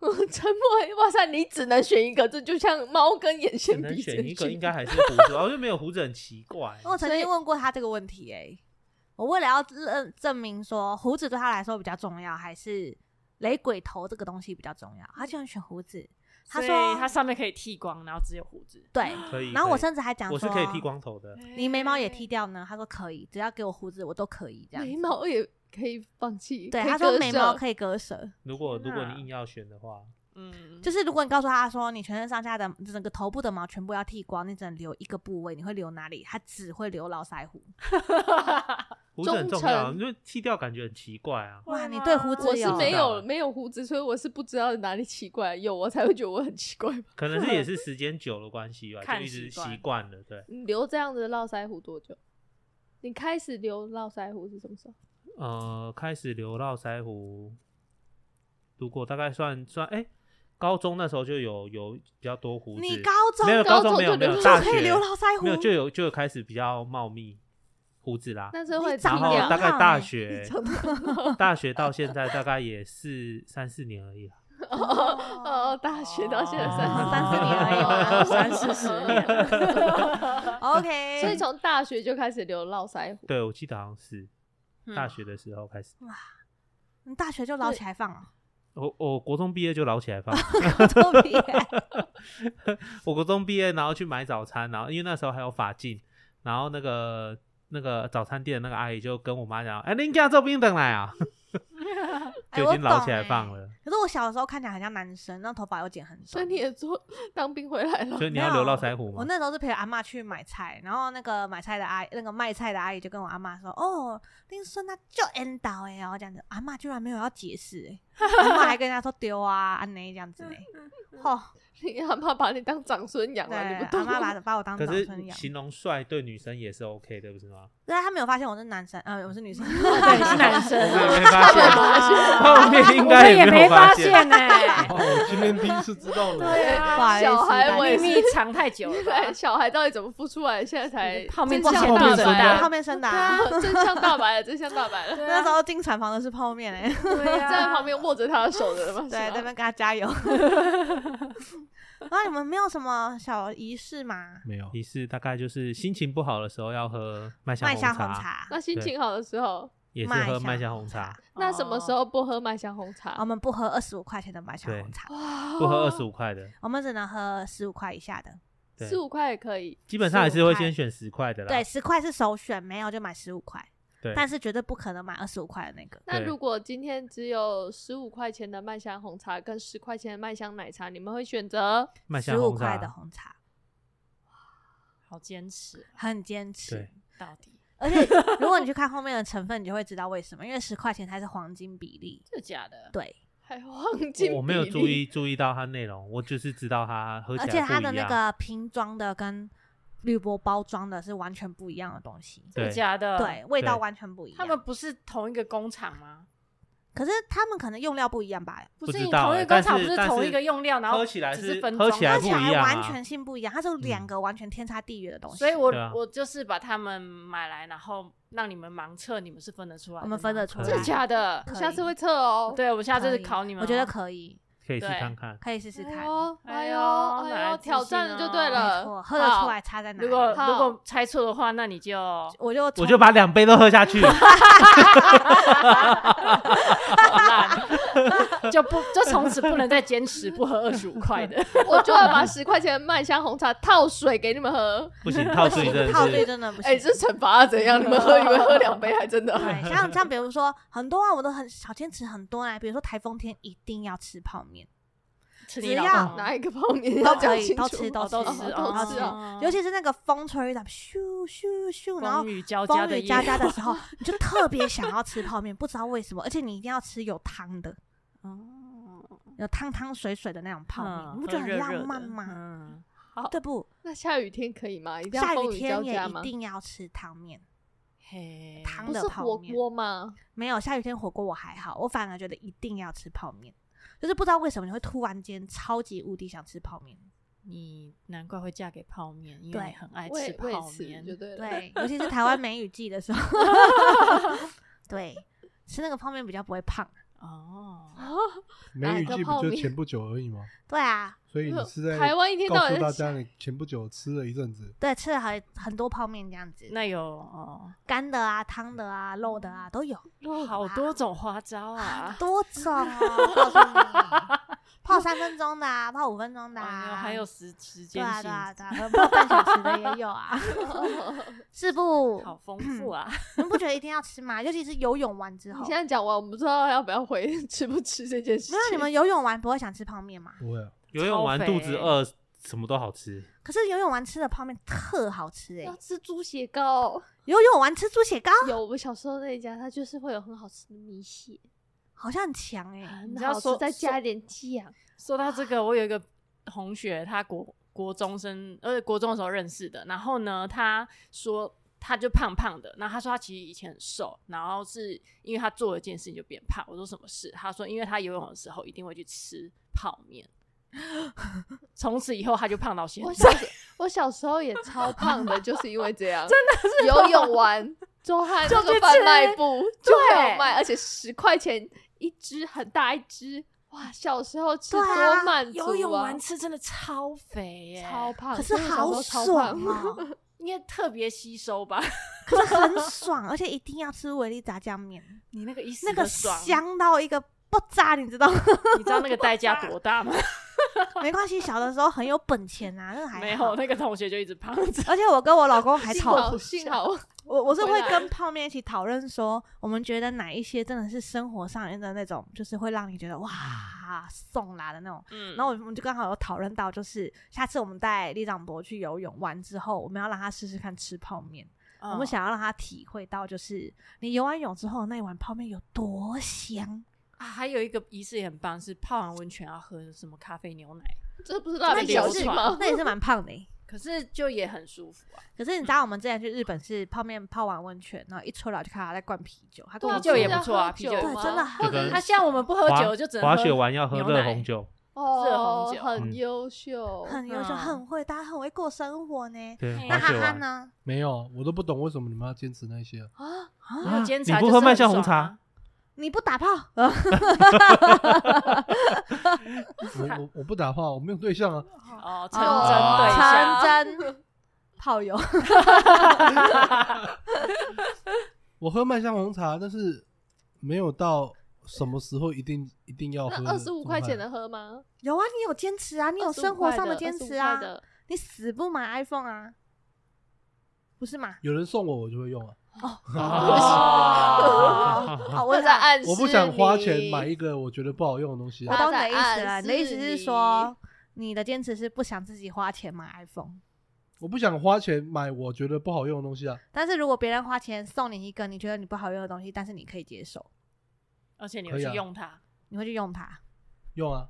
D: 沉默，哇塞，你只能选一个，这就像猫跟眼
E: 只
D: 线
E: 能
D: 笔只
E: 选一个，应
D: 一
E: 该还是胡子吧。我就没有胡子很奇怪。
B: 我曾
D: 所以
B: 经问过他这个问题哎。我为了要证证明说胡子对他来说比较重要，还是雷鬼头这个东西比较重要，他居然选胡子。他
C: 所以
B: 说
C: 它上面可以剃光，然后只有胡子。
B: 对，
E: 可以。
B: 然后我
E: 可以
B: 甚至还讲说，啊
E: 我是可以剃光头的，
B: 你眉毛也剃掉呢？他说可以，只要给我胡子，我都可以这样子。
D: 眉毛也可以放弃。
B: 对，
D: 可以
B: 他说
D: 割
B: 眉毛
D: 舍
B: 可以割舍，
E: 如果如
C: 天
E: 果
C: 哪
E: 你硬要选的话，
C: 嗯，
B: 就是如果你告诉他说你全身上下的整个头部的毛全部要剃光，你只能留一个部位，你会留哪里？他只会留络腮胡。
E: 胡子很
D: 忠
E: 重要，啊
D: 诚
E: 因为剃掉感觉很奇怪啊。
B: 哇，
C: 会
B: 你
C: 吗
B: 对胡
D: 我
B: 子
D: 是
B: 有
D: 没
E: 到
D: 有
E: 了
D: 没有胡子，所以我是不知道哪里奇怪，有我才会觉得我很奇怪
B: [LAUGHS]
D: 吧。
E: 可能是也是时间久了关系吧，
C: 看
E: 就一直
C: 习惯
E: 习惯了。对，
D: 你留这样子的络腮胡多久？你开始留络腮胡是什么时候？
E: 呃，开始流到腮胡，如果大概算算，哎、高中那时候就有有比较多胡子，
B: 你高中
E: 没有
D: 高
E: 中
D: 中
E: 没有
D: 就
E: 没有
D: 留
E: 大
D: 到
E: 学
B: 可以留络哎腮胡
E: 没有就有就有开始比较茂密胡子啦，
D: 那是会
B: 你
E: 然
B: 长
D: 长
E: 后
B: 得
E: 哦大
B: [LAUGHS]
D: [LAUGHS] 掉，
E: 概 [LAUGHS]
B: 好
E: 大
B: 欸
E: 学
D: 长得很好
E: [LAUGHS] 大学到现在大概也四三四年而已啦。
D: 哦，大学到现在三十
E: 哦
B: 三四年而已
D: [LAUGHS]
B: 嘛，
C: 哎 [LAUGHS] 三四十年了
B: OK，
D: 所以从大学就开始留络腮胡，
E: 对，我记得好像是
C: 嗯
E: 大学的时候开始，
B: 你大学就捞起来放啊，
E: 我我国中毕业就捞起来放， [LAUGHS]
D: [LAUGHS]
B: 作弊欸
E: 我国中毕业然后去买早餐，然后因为那时候还有法镜，然后那个那个早餐店的那个阿姨就跟我妈讲，哎、恁家做冰等来啊，
B: 哎
E: [LAUGHS] 就已
B: 我
E: 经捞
B: 懂
E: 起来放
B: 欸
E: 了，
B: 可是我小的时候看起来很像男生，那头发又剪很
D: 所
B: 短
D: 以。你也做当兵回来了
E: 所。以
B: 没
E: 你要留
B: 有
E: 络腮胡
B: 我
E: 吗？
B: 那时候是陪阿嬷去买菜，然后那个买菜的阿姨，那个卖菜的阿姨就跟我阿嬷说：“哦，林孙那就 end 到哎。”然后这样子，阿嬷居然没有要解释哎、阿嬷还跟人家说丢啊安内这样子哎、吼，
D: 你阿妈把你当长孙养
B: 对，
D: 了，你
B: 阿
D: 不懂。
B: 嬷把把我当
E: 可
B: 长
E: 是
B: 孙养，
E: 形容帅对女生也是 OK 的，不是吗？
B: 但是她没有发现我是男生，呃，我是女生，
C: 对，是男
E: 我
D: [LAUGHS]
C: 生，啊
E: 们也没发
C: [LAUGHS]
D: 啊
E: 现，后面应
C: 我
E: 该
C: 们也
E: 没有
C: 发
E: 现。
D: [LAUGHS]
C: 现呢，
A: 哦，我今天第一次知道
C: [LAUGHS]
A: 了。
B: 对不好意思，
D: 小孩
B: 大家
D: 啊我也
C: 秘
D: 是
C: 密藏太久了吧
D: 对，。啊小孩到底怎么孵出来？现在才
C: 泡面
D: 真
C: 之前
D: 相
A: 泡
D: 大
A: 面生
D: 白
A: 的
D: 啊，
B: 泡面生的、
D: 对
B: 啊，
D: 啊，真相大白了，真相大白了。
B: 那时候进产房的是泡面哎、
C: 对啊
D: 站在旁边握着他的手的人吗？
B: 对，在
D: 是啊
B: 那
D: 吗
B: 边跟他加油。然后你们没有什么小仪式吗？
A: 没有，
E: 仪式大概就是心情不好的时候要喝麦
B: 麦香红
E: 红
B: 茶，
D: 那心情好的时候，
E: 也是
B: 麦
E: 喝
B: 香
E: 麦香
B: 红
E: 红
B: 茶
E: 茶，
D: 那什么时候不喝麦香红
B: 我
D: 茶？
B: 们不喝二十五块钱的麦香
E: 对
B: 红茶，
D: 哇
E: 不喝二十五块的，
B: 我们只能喝十五块以下的。
E: 对
D: 十五块也可以。
E: 基本上还是会
B: 哦15块
E: 先选十块的啦。
B: 对，十块是首选，没有就买十五块，
E: 对
B: 但是绝对不可能买二十五块的那个。
D: 那
E: 对
D: 如果今天只有十五块钱的麦香红茶跟十块钱的麦香奶茶，你们会选择？ [LAUGHS]
E: 麦
B: 十
E: 香
B: 五
E: 红
B: 块的
E: 茶，
B: 红茶
C: 好坚持啊，
B: 很坚持
E: 对，
C: 到底
B: 而且如果你去看后面的成分，你就会知道为什么，因为十块钱它是黄金比例。
C: 真的假的？
B: 对，
D: 还黄金
E: 我我没有
D: 比
E: 注
D: 例
E: 意注意到它内容，我只是知道它喝起
B: 而
E: 来
B: 且它
E: 不
B: 的
E: 一
B: 那
E: 样
B: 个瓶装的跟铝箔包装的是完全不一样的东西。
C: 真的
E: 对
C: 假的？
B: 对，，味道
E: 对
B: 完全不一样。
C: 呃他们不是同一个工厂吗？
B: 可是他们可能用料不一样吧，
C: 不是
E: 知
C: 你
E: 道
C: 同一
E: 欸
C: 个工
E: 但
C: 厂，不
E: 是
C: 是
E: 但
C: 同
E: 是
C: 一个用料，然后
E: 喝起来
C: 只是
E: 是
C: 分
E: 喝
C: 装
E: 起来
B: 喝
E: 不
B: 起
E: 一
B: 来
E: 样
B: 完
E: 啊
B: 全性不一样，它是两个完全天差地远的东西。
C: 所以我、
E: 对啊
C: 我就是把它们买来，然后让你们盲测，你们是分得出来的吗，
B: 我们分得出来
C: 真的假的？
B: 可
D: 我
B: 以
D: 下次会测哦。
C: 对，我下次
B: 可以
C: 考你们哦，哦
B: 我觉得可以，
E: 可以去
C: 对
E: 看看。
B: 可以试试看。
D: 哎呦，哎呦，
C: 哎呦
D: 哎
C: 哪来
D: 呦，
C: 自信
D: 挑战
E: 哦
D: 就对
B: 没
D: 了。
B: 错，喝得出来差在哪里？
C: 如果
D: 好
C: 如果猜错的话，那你就
B: 我啊就
E: 我
B: 从
E: 就把两杯都喝
B: [LAUGHS]
E: 下去，
C: [LAUGHS] 就不就从此不能再坚持不喝二十
B: [LAUGHS]
C: 五块的。
D: 好，我就要把十块钱的麦香红茶套水给你们喝。
E: 不行，套醉真的
B: 套对
E: 是
B: 真的不行。哎
D: 哎，这惩罚怎样？你们喝，你们喝两杯，还真的。
B: 对，像像比如说很多啊，我都很小坚持很多啊，比如说台风天一定要吃泡面，
C: 吃
B: 只
C: 你老
B: 要
C: 公
D: 哪一个泡面
B: 都
D: 要
B: 可
D: 讲
B: 以，
D: 清
B: 都
D: 楚？
B: 吃
C: 哦
B: 都
C: 都
B: 吃
C: 吃
B: 都
D: 哦
B: 吃
D: 是
C: 哦，
B: 尤其是那个风吹雨打，咻咻咻，然后
C: 风雨交加
B: 风
C: 的
B: 雨
C: 夜
B: 加 [LAUGHS] 加的时
C: [LAUGHS]
B: 候，你就特别想要吃泡面，不知道为什么，而且你一定要吃有汤的，
C: 哦，
B: 有汤汤水水的那种泡面，
C: 嗯
B: 你不觉得
C: 热
B: 很浪
C: 热的
B: 漫吗？
C: 嗯，
B: 对不？
D: 那下雨天可以吗？一定要
B: 下
D: 风
B: 雨
D: 雨交
B: 天也
D: 加吗
B: 一？定要吃汤面，
C: 嘿，
B: 汤
D: 不是
B: 的
D: 火
B: 泡面。
D: 锅吗？
B: 没有，下雨天火锅我还好，我反而觉得一定要吃泡面，就是不知道为什么你会突然间超级无敌想吃泡面。
C: 你难怪会嫁给泡面，因为
B: 对
C: 你很爱
D: 我
C: 吃
D: 也我也
C: 泡
D: 吃，
C: 面。
D: 就对了。
C: [LAUGHS]
B: 对，尤其是台湾梅雨季的时候，对，吃那个泡面比较不会胖。
C: 哦，
A: 梅雨季
D: 哪
A: 不
D: 个泡
A: 就
D: 面
A: 前不久而已吗？
B: 对啊，
A: 所以你是在
D: 台湾一天到
A: 告
D: 晚
A: 诉大
D: 在
A: 家，你前不久吃了一阵子，
B: 对，吃了很很多泡面这样子，
C: 那有哦，
B: 干的啊、汤的啊、肉的啊都有，
C: 好多种花招
B: 很
C: 啊。
B: 多种哦，告诉你，啊泡三分钟的啊，泡五分钟的
C: 哎呦
B: 啊，
C: 还有时时
B: 对
C: 间
B: 啊对，
C: 性
B: 啊对啊，还有泡半小时的也有啊，是不？
C: 好丰富啊！ [COUGHS]
B: 你们不觉得一定要吃吗？尤其是游泳完之后，
D: 你
B: 没
D: 现在讲完，我们不知道要不要回 [LAUGHS] 吃不吃这件事情。
B: 有你们游泳完不会想吃泡面吗？
A: 不会啊，
E: 游泳完
C: 超
E: 肚子
C: 肥
E: 饿，什么都好吃。
B: 可是游泳完吃的泡面特好吃哎、
D: 要吃猪血糕，
B: 游泳完吃猪血糕
D: 有我们小时候那一家，它就是会有很好吃的米血，
B: 好像很强哎、
D: 很
C: 知道
D: 好吃
C: 说，
D: 再加一点酱。
C: 说到这个，我有一个同学，他国国中生，呃，国中的时候认识的。然后呢，他说他就胖胖的，然后他说他其实以前很瘦，然后是因为他做了一件事情就变胖。我说什么事？他说因为他游泳的时候一定会去吃泡面， [LAUGHS] 从此以后他就胖到现
D: 我
C: 在
D: 小。时我小时候也超胖的，就是因为这样，真的是游泳完之后，它那
C: 就
D: 个
C: 去
D: 贩
C: 吃
D: 卖部就会有
C: 对
D: 卖，而且十块钱一只，很大一只。哇，小时候吃
B: 对
D: 多
B: 啊
D: 满足
C: 游泳
D: 啊
C: 完！吃真的超肥耶、
D: 超胖，
B: 可是
D: 真的小时
B: 好
D: 候超
B: 爽
D: 胖
B: 哦、
C: 应该特别吸收吧？
B: 可是很爽，而且一定要吃维力炸酱
D: [LAUGHS]
B: 面，
C: [LAUGHS] 你那个一丝
B: 那个
C: 的爽，
B: 香到一个爆炸，你知道吗？ [LAUGHS]
C: 你知道那个代价多大吗？
B: 没关系，小的时候很有本钱啊，那个还好
C: 没有，那个同学就一直胖着。
B: 而且我跟我老公还
D: 幸
B: 吵
D: 好，幸好
B: 我我是
D: 回
B: 会
D: 来
B: 跟泡面一起讨论说，我们觉得哪一些真的是生活上的那种，就是会让你觉得哇送啦的那种。
C: 嗯
B: 然后我们就刚好有讨论到，就是下次我们带李长博去游泳完之后，我们要让他试试看吃泡面。
D: 嗯
B: 我们想要让他体会到，就是你游完泳之后那一碗泡面有多香。
C: 啊，还有一个仪式也很棒，是泡完温泉要喝什么咖啡牛奶，
D: 这不是蜡
B: 那
D: 笔
B: 也
D: 小
B: 是
D: 新
C: 流
B: [LAUGHS]
D: 吗？
B: 那也是蛮胖的欸、
C: [LAUGHS] 可是就也很舒服啊。
B: 可是你知道，我们之前去日本是泡面泡完温泉，然后一出来我就看到他在灌啤酒，他跟
D: 对
B: 我
D: 啊
C: 啤酒
D: 是
C: 也不
D: 要
C: 错啊
D: 喝
C: 啤酒
D: 酒
C: 也
B: 对，
D: 吗
B: 真的
E: 这个
B: 很
C: 他像我们不喝酒，就只能
E: 呃滑
C: 喝
E: 雪完要喝
C: 牛
E: 热
C: 奶
E: 红酒，
D: 哦
C: 红，酒
D: 很
E: 嗯
D: 优秀，
B: 很优秀，
C: 嗯
B: 很会，大家很会过生活呢。
E: 嗯对，啊
B: 哎
C: 嘿
B: 那
E: 滑
B: 哈
E: 雪
B: 哈
E: 完
B: 呢？
A: 没有，啊我都不懂为什么你们要坚持那些。
D: 啊，
C: 没有煎
E: 你
C: 茶
E: 不
C: 就是
E: 喝
C: 很
E: 麦香红
C: 爽啊，
B: 你不打炮，
C: 哦
A: 我我我不打炮，我没有对象啊。
C: 哦，成
E: 哦
B: 成
C: 真 [LAUGHS]
B: 真炮友，
A: 我喝麦香红茶，但是没有到什么时候一定一定要喝。
D: 那二十五块钱
A: 的，
D: 能喝吗？
B: 有啊，你有坚持啊，你有
D: 25
B: 生活上
D: 块的
B: 坚持
D: 25
B: 啊
D: 块，
B: [LAUGHS]
D: 的
B: 你死不买 iPhone 啊，不是吗？
A: 有人送我我就会用啊。
E: 哦
B: 哦，
D: 我
B: [LAUGHS] 我
D: 在
B: 在，
D: 暗示
A: 我不想花钱
D: 你
A: 买一个我觉得不好用的东西
B: 我
A: 啊。
B: 懂你的意思
D: 他在
B: 了。
D: 暗
B: 你的意思
D: 示
B: 是说，你的坚持是不想自己花钱买 iPhone，
A: 我不想花钱买我觉得不好用的东西啊。
B: 但是如果别人花钱送你一个你觉得你不好用的东西，但是你可以接受，
C: 而且你会去
E: 啊
C: 用它，
B: 你会去用它。
A: 用啊，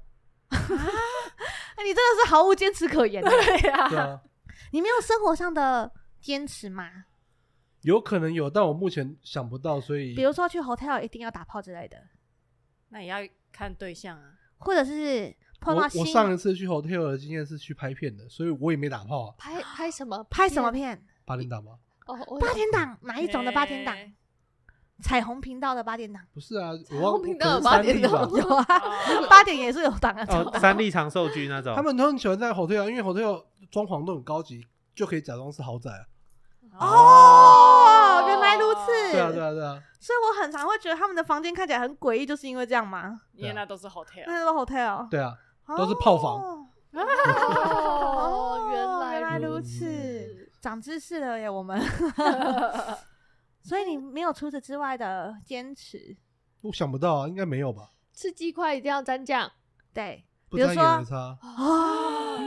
B: 哎，你真的是毫无坚持可言
D: [LAUGHS]
B: 啊，
C: 对
A: 对
C: 呀，
A: 啊，
B: 你没有生活上的坚持吗？
A: 有可能有，但我目前想不到，所以
B: 比如说去 hotel 一定要打炮之类的，
C: 那也要看对象啊。
B: 或者是
A: 我
B: 碰到新
A: 我上一次去 hotel 的经验是去拍片的，所以我也没打炮啊，
D: 拍拍什么
B: 拍什么？片？
A: 八点打吗？
D: 哦，我
B: 八点档哪一种的八点档？
C: 嘿
B: 彩虹频道的八点档
A: [LAUGHS] 不是啊，我
D: 虹
A: 忘
D: 频道有
A: 可能三
D: 八点
A: D 吧
E: [LAUGHS]
D: 档
B: 有啊，
C: 哦
B: 八点也是有档案的。
E: 哦，三立长寿剧那种
A: 他，们都很喜欢在啊 hotel，因为 hotel 装潢都很高级，就可以假装是豪宅啊。
B: 哦，原来如此。
A: 对啊，对啊，对啊，
B: 所以我很常会觉得他们的房间看起来很诡异，就是因为这样吗？
C: 因
A: 啊
C: 为那都是 hotel，
B: 那是 hotel，
A: 对啊，
B: 哦
A: 都是炮房。
B: [LAUGHS]
D: 哦，原来
B: 原来
A: 如
B: 如
A: 此
B: 此，长知识了耶，我
D: [LAUGHS]
B: 们。所以你没有除此之外的坚持，
A: 我想不到啊，应该没有吧？
D: 吃鸡块一定要
B: [LAUGHS]
D: 沾酱。
B: 对
A: 不
B: 比如
A: 沾
B: 说
A: 也没差，
B: [GASPS] 哦，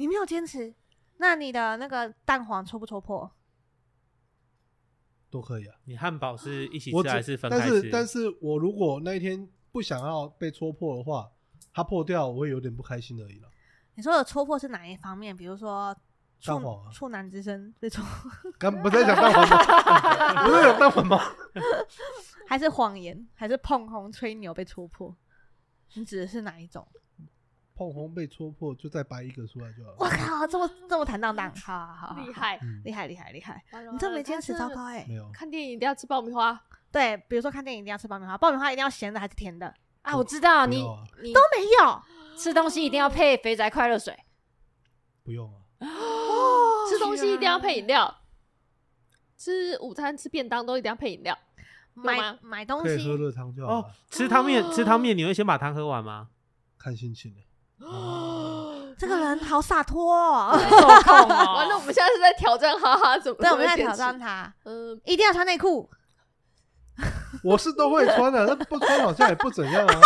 B: 你没有坚持，那你的那个蛋黄戳不戳破？
A: 都可以啊。
E: 你汉堡是一起
A: 我
E: 吃
A: 只
E: 还是分
A: 但
E: 开
A: 是
E: 吃？
A: 但是我如果那一天不想要被戳破的话，它破掉我会有点不开心而已了。
D: [LAUGHS]
B: 你说的戳破是哪一方面？比如说处
A: 蛋黄啊
B: 处男之身被戳，
A: 刚不在讲蛋黄吗？ [LAUGHS] 不是讲蛋黄吗？
B: 还是谎言，还是碰红吹牛被戳破？你指的是哪一种？
A: 碰红被戳破就再掰一个出来就好
B: 我
A: 了。
B: 靠，这么这么坦荡荡，好好好好，好
D: 厉，害！
A: 嗯，
B: 厉害厉害厉害！
D: 完了
B: 你这
D: 完了
B: 没坚持，
D: 他
B: 糟
D: 是
B: 糕哦哎、
A: 没有，
D: 看电影一定要吃爆米花，
B: 对，比如说看电影一定要吃爆米花，爆米花一定要咸的还是甜的？
C: 啊，我知道你
A: 没有啊
C: 你
B: 都没有，
C: 吃东西一定要配肥宅快
B: [LAUGHS]
C: 乐水，
A: 不用啊。
D: 吃东西一定要配饮料，吃午餐吃便当都一定要配饮料。
B: 买
D: 吗
B: 买东
A: 可以喝
B: 西
A: 热汤就好了，
E: 哦，吃汤面吃汤面，你会先把汤喝完吗？
A: 看心情的。
B: 这个人好洒脱、哦。
C: 受控 [LAUGHS] 哦。
D: 完了，我们现在是在挑战哈哈，怎么？
B: 对，我们在挑战。他，
D: 嗯，
B: 一定要穿内裤。
A: 我是都会穿
C: [LAUGHS]
A: 的，那不穿好像也不怎样啊。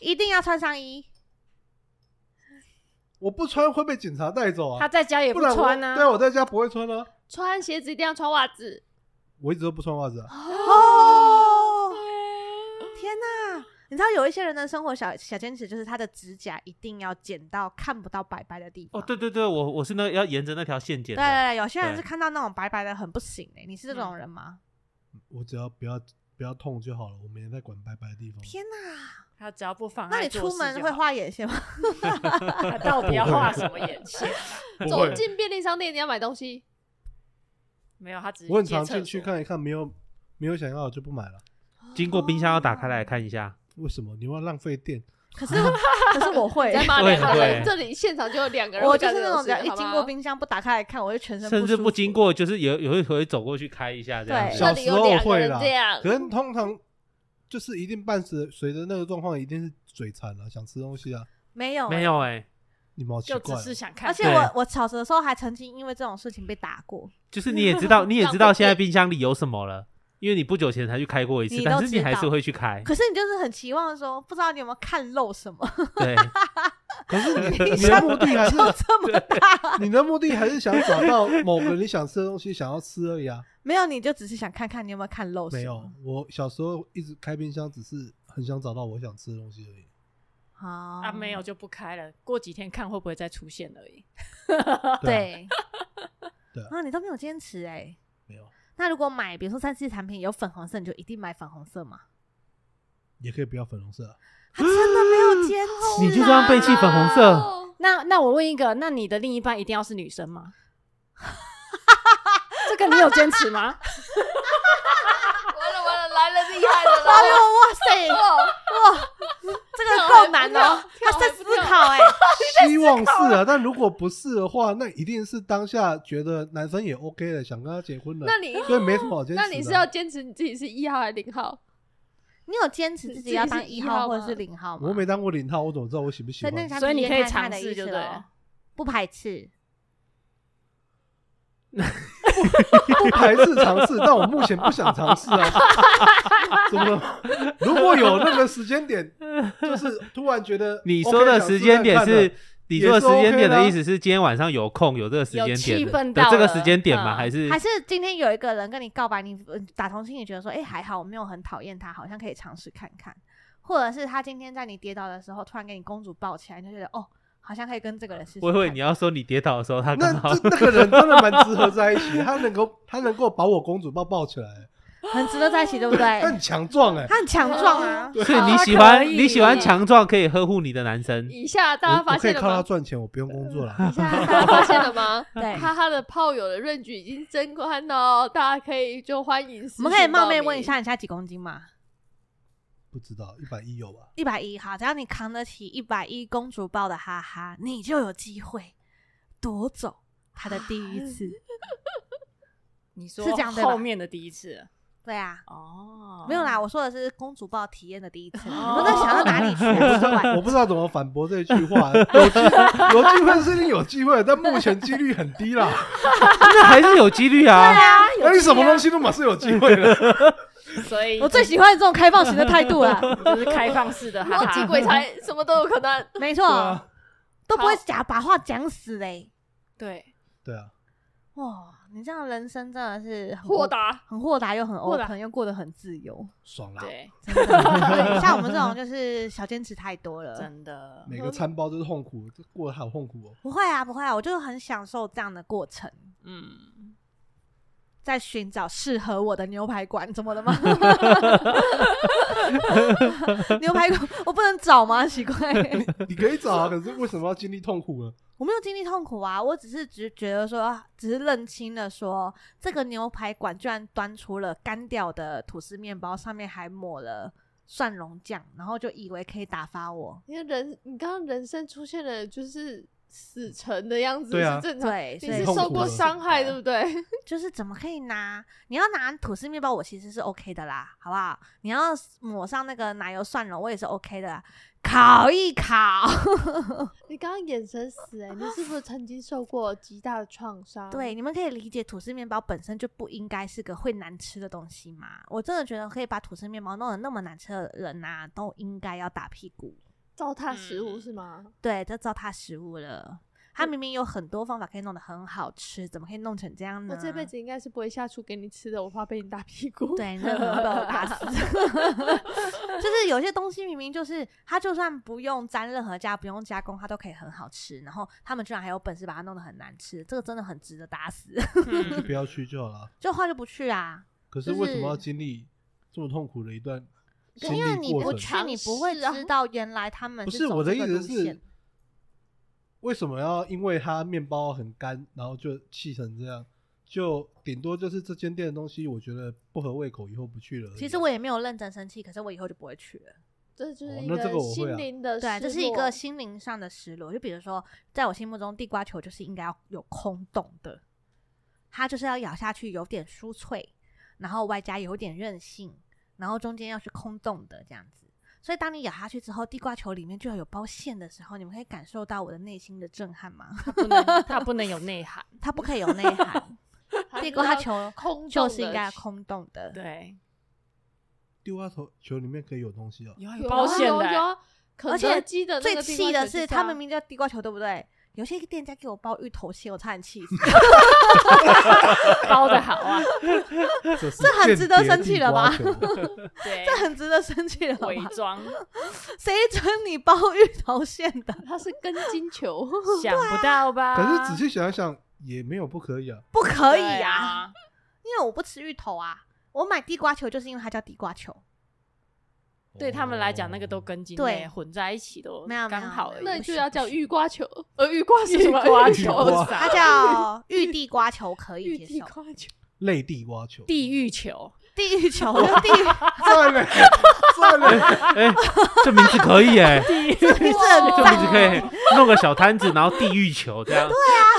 B: 一定要穿上衣，
A: 我不穿会被警察带走啊
C: 他。在家也
A: 不
C: 不
A: 然我
C: 穿啊
A: 对，啊，我在家不会穿啊。
D: 穿鞋子一定要穿袜子。哦
A: 我一直都不穿袜子啊。
B: 哦，天哪、你知道有一些人的生活小小坚持，就是他的指甲一定要剪到看不到白白的地方。
E: 哦，对对对，我我是那个要沿着那条线剪
B: 对
E: 的。
B: 对对，有些人
E: 对
B: 是看到那种白白的很不行哎、你是这
D: 嗯
B: 种人吗？
A: 我只要不要不要痛就好了，我没人在管白白的地方。
B: 天
A: 啊
B: 哪，
C: 他只要不妨
B: 那
C: 碍
B: 你
C: 做
B: 出
C: 事
B: 门
C: 就
B: 会
C: 好
B: 画眼线吗？ [LAUGHS]
C: 他到底要画什么眼线？
E: 不
D: 走
E: 会，
D: 进便利商店，你要买东西，
C: 没有，他只是
A: 我很
C: 借
A: 常
C: 厕
A: 进去
C: 所，
A: 看一看，没有没有想要我就不买了。
E: 经过冰箱要打开来看一下。
A: 为什么？你要浪费电？
B: 可是 [LAUGHS] 可是我会
D: 你，在骂两个
E: 对
D: 人，这里现场就有两个人
B: 我
D: 会
B: 就
D: 干
B: 是
D: 这
B: 那种
D: 种
B: 只要
D: 事，
B: 一
D: 好
B: 经
D: 吗
B: 过，冰箱不打开来看，我就全身
E: 甚至
B: 嗯舒
E: 不
B: 服
E: 经，过，就是有有一回走过去开一下这样
B: 对
E: 子。
A: 小
D: 这里
A: 时
D: 有
A: 候
D: 两个
A: 会
D: 人
A: 啦
D: 这，样
A: 可，是通常就是一定伴随随着那个状况，一定是嘴馋了、想吃东西啊。
B: 没有
E: 没
B: 欸。
E: 有哎、
A: 你们好奇
C: 就
A: 怪
C: 只
A: 哦、
C: 是想看。
B: 而且
E: 对
B: 我我小时的时候还曾经因为这种事情被打过，
E: 就是你也知道，你也知道现在冰箱里有什么了，因为你不久前才去开过一次
B: 你，都
E: 但是
B: 知
E: 你
B: 道
E: 还是会
B: [LAUGHS]
E: 去开。
B: 可是你就是很期望说，不知道你有没有看漏什么，
E: 对，
A: 可是
B: [LAUGHS]
A: 你
B: 冰
A: 你的
B: 箱
A: 目的还是
B: 就这么大， [LAUGHS]
A: 你的目的还是想找到某个你想吃的东西，想要吃而已啊。
B: 没有你就只是想看看你有没有看漏什么，
A: 没
D: 啊
A: 有，我小时候一直开冰箱，只是很想找到我想吃的东西而
D: [LAUGHS]
A: 已。
B: 好
C: 啊，没有就不开了，过几天看会不会再出现而已。
D: 哦
A: 对啊，
B: 对
A: [LAUGHS] 对啊
B: 啊，你都没有坚持哎、
A: 没有，
B: 那如果买，比如说三 C 产品有粉红色，你就一定买粉红
A: [GASPS]
B: 色嘛？
A: 也可以不要粉红色
D: [LAUGHS]
A: 啊。
B: 他真的没有坚持，啊
E: 你就这样背弃粉红色，
D: 哦
C: 那那我问一个，那你的另一半一定要是女
B: [LAUGHS]
C: 生吗？这个你有坚
B: [LAUGHS]
C: 持吗？
D: 完了完了，来了厉害的
B: 哎呦，
D: 了，
B: 哇塞，
D: 哦
B: 哇，这个够难哦，
D: 跳
B: 他
D: 还
B: 在
D: 不
B: 思
D: 跳
B: 考哎、
A: 希望是啊，但如果不是的话，那一定是当下觉得男生也 OK 了，想跟他结婚了，
D: 那你
A: 所以没什么好坚持的
D: 那
A: 啊。
D: 你是要坚持你自己是一号还是零号？
B: 你有坚持自己要当一号或者是零号吗？
A: 我没当过零号，我怎么知道我喜不喜
B: 所
A: [LAUGHS]
B: 以那
A: 欢？
B: 产
C: 所以
B: 品
C: 你
B: 也
C: 可以
B: 看他
C: 尝
B: 的
C: 试
B: 意
C: 就
B: 思咯
C: 对了，
B: 不排斥。
A: 不排斥尝试，但我目前不想尝试啊。 [LAUGHS] 怎么了？ [LAUGHS] 如果有那个时间点，就是突然觉得
E: [LAUGHS]
A: [LAUGHS]
E: 你说的时间点是，你说的时间点的
A: 也是 OK 的啊
E: 意思是今天晚上有空，有这个时间
C: 有气
E: 点
C: 氛
E: 的
C: 到
E: 这个
C: 了
E: 时间点吗？
C: 嗯
E: 还是
B: 还是今天有一个人跟你告白，你呃打从心里觉得说，哎、还好我没有很讨厌他，好像可以尝试看看，或者是他今天在你跌倒的时候突然给你公主抱起来，你就觉得哦，好像可以跟这个人试试看。
E: 我以为你要说你跌倒的时候，他
A: 那
E: 刚好
B: [LAUGHS]
A: 这那个人真的蛮值得在一起，他能够他能够把我公主抱抱起来，
B: 很值得在一起，对不对
A: 他？很强壮哎。
B: 他很强壮啊，
E: 所以你
C: 好
E: 喜
C: 可
E: 欢
C: 以
E: 你喜欢强壮可以呵护你的男
B: [LAUGHS]
E: 生，
D: 以下大
A: 我
D: 家发
A: 我可以
D: 现了
A: 靠他
D: 吗？
A: 赚钱，我不用工作了。
B: 一下
D: 大
B: [LAUGHS]
D: 家发现了吗？
B: 啊对。
D: 哈哈的炮友的论据已经增宽了哦，大家可以就欢迎。
B: 我们可以冒昧问一，下，你现在几公斤吗？
A: 不知道一百一有吧？
B: 一百一哈，只要你扛得起一百一公主抱的哈哈，你就有机会夺走他的第一次。
C: 你说
B: 是这样对吧
C: 后面的第一次
B: 对啊，
C: 哦，
B: 没有啦，我说的是公主抱体验的第一次。你
C: 哦
B: 们在想到哪里去啊？奇
A: [LAUGHS]
B: 怪
A: 我不知道怎么反驳这句话，有机有机会是一定有机会，但目前几率很低啦。
E: 那还是有几
A: [LAUGHS]
B: [LAUGHS]
E: 率啊。
B: 啊，
A: 那你什么东西都嘛是有机会的。
C: 所以
B: 我最喜欢这种开放型的态度啊了。
C: 就是开放式的，哈
D: 逻辑
C: 哈。
D: 鬼才
B: [LAUGHS]
D: 什么都有可能。
B: 没
A: 对
B: 错，
A: 啊，
B: 都不会假把话讲死嘞。
C: 对，
A: 对啊，
B: 哇，你这样人生真的是很
D: 豁，达，
B: 很豁达又很
C: 豁达
B: open，又过得很自由。
A: 爽啦！
C: 对，
B: 真的像我们这种就是小坚持太多了。
C: 真的，
A: 每个餐包都是痛苦，这过得好痛苦哦。
B: 不会啊，不会啊，我就很享受这样的过程，
C: 嗯，
B: 在寻找适合我的牛排馆，怎么了吗？ [LAUGHS] 牛排馆我不能找吗？奇怪， [LAUGHS]
A: 你可以找啊，可是为什么要经历痛苦呢？
B: 我没有经历痛苦啊，我只是只觉得说，只是认清了说，这个牛排馆居然端出了干掉的吐司面包，上面还抹了蒜蓉酱，然后就以为可以打发我。
D: 因为人，你刚刚人生出现了就是死沉的样子，
A: 对啊
D: 是正常。
B: 对，
D: 你
B: 所以
D: 是
A: 痛苦
D: 受过
A: 了
D: 伤害，对不对？ [LAUGHS]
B: 就是怎么可以拿？你要拿吐司面包，我其实是 OK 的啦，好不好？你要抹上那个奶油蒜蓉，我也是 OK 的啦。烤一烤，
D: 你刚刚眼神死哎、你是不是曾经受过极大的创伤？
B: [LAUGHS] 对，，你们可以理解吐司面包本身就不应该是个会难吃的东西嘛。我真的觉得可以把吐司面包弄得那么难吃的人呐、都应该要打屁股。
D: 糟蹋食物是吗？
B: 对，这糟蹋食物了。它明明有很多方法可以弄得很好吃，怎么可以弄成这样呢？
D: 我这辈子应该是不会下厨给你吃的，我怕被你打屁股。
B: 对，那可能会被我打死。 [LAUGHS] 就是有些东西明明就是它，就算不用沾任何加，不用加工，它都可以很好吃。然后他们居然还有本事把它弄得很难吃，这个真的很值得打死。 [LAUGHS]
A: 就
C: 嗯
A: 不要去就好了。
B: 就话就不去啊，
A: 可是
B: 就是
A: 为什么要经历这么痛苦的一段经
B: 因为
A: 历
B: 你
A: 过
B: 不
A: 程？
B: 去，你不会
D: 尝试啊
B: 知道原来他们
A: 不是
B: 走
A: 我的
B: 这
A: 意
B: 个
A: 思
B: 路
A: 是
B: 线，
A: 为什么要因为它面包很干，然后就气成这样？就顶多就是这间店的东西，我觉得不合胃口，以后不去了而已啊。
B: 其实我也没有认真生气，可是我以后就不会去了。
D: 这就是
A: 哦
D: 一
A: 那这个我会啊
D: 心灵的
B: 对啊，这是一
D: 失
B: 个
D: 落
B: 心灵上的失落。就比如说，在我心目中，地瓜球就是应该要有空洞的，它就是要咬下去有点酥脆，然后外加有点韧性，然后中间要是空洞的这样子。所以当你咬下去之后，地瓜球里面就要有包馅的时候，你们可以感受到我的内心的震撼吗？ [LAUGHS]
C: 它不能，它不能有内涵。
B: 它不可以有内涵，
D: 它
B: 地
D: 是
B: 瓜
D: 要
B: 球
D: [LAUGHS] 空洞
B: 就是应
D: 的
B: 该
D: 吃
B: 空洞的。
C: 对，
A: 丢啊球球里面可以有东西哦。
C: 有啊
D: 有
C: 有
D: 啊
C: 保险
D: 有
C: 的
D: 啊有
C: 欸，
D: 啊肯
B: 而且
D: 德基的那
B: 最
D: 个地
B: 气
D: 瓜
B: 的，
D: 球就是是
B: 他
D: 啊
B: 们名叫地瓜球，对不对？有些店家给我包芋头馅，我差点气
D: [LAUGHS]
B: 死。
C: 包的好
B: [LAUGHS]
C: 啊，
A: 这
B: 这很
A: 很
B: 值得生气了吧
C: 对，
B: 这很值得生气了
C: 哎伪
B: 吧？
C: 装，
B: 谁准你包芋头馅的？
D: [LAUGHS] 它是根茎
B: [LAUGHS]
D: 球，
C: 想不到吧？
A: 啊可是仔细想一想，也没有不可以啊。
B: 不可以
C: 对
B: 啊！
C: 啊，
B: 因为我不吃芋头啊，我买地瓜球就是因为它叫地瓜球。
C: 对他们来讲，那
E: [LAUGHS]
C: 个都
A: 哦
C: 根茎
B: 对
C: 类混在一起都
B: 没有没有
C: 刚好而已。
D: 那
B: 不
D: 就
B: 行
D: 要
B: 不
D: 叫
B: 行
D: 玉瓜球，呃，玉瓜是什么？
C: 瓜
A: 球
C: 球，
B: 它叫玉地瓜球，
C: [LAUGHS]
B: 可以
D: 玉
B: 接
D: 地
B: 受。
D: 瓜球，
A: 类地瓜球。
C: 地狱
B: [LAUGHS]
C: 球，
B: 地狱球，地狱
A: [LAUGHS] 算了算
B: [LAUGHS]
A: 了，
E: 哎，这名字可以哎，
C: 地狱
B: 这名字很
E: 这名字
B: 赞，
E: 可以弄个小摊子，然后地狱球这样。
B: 啊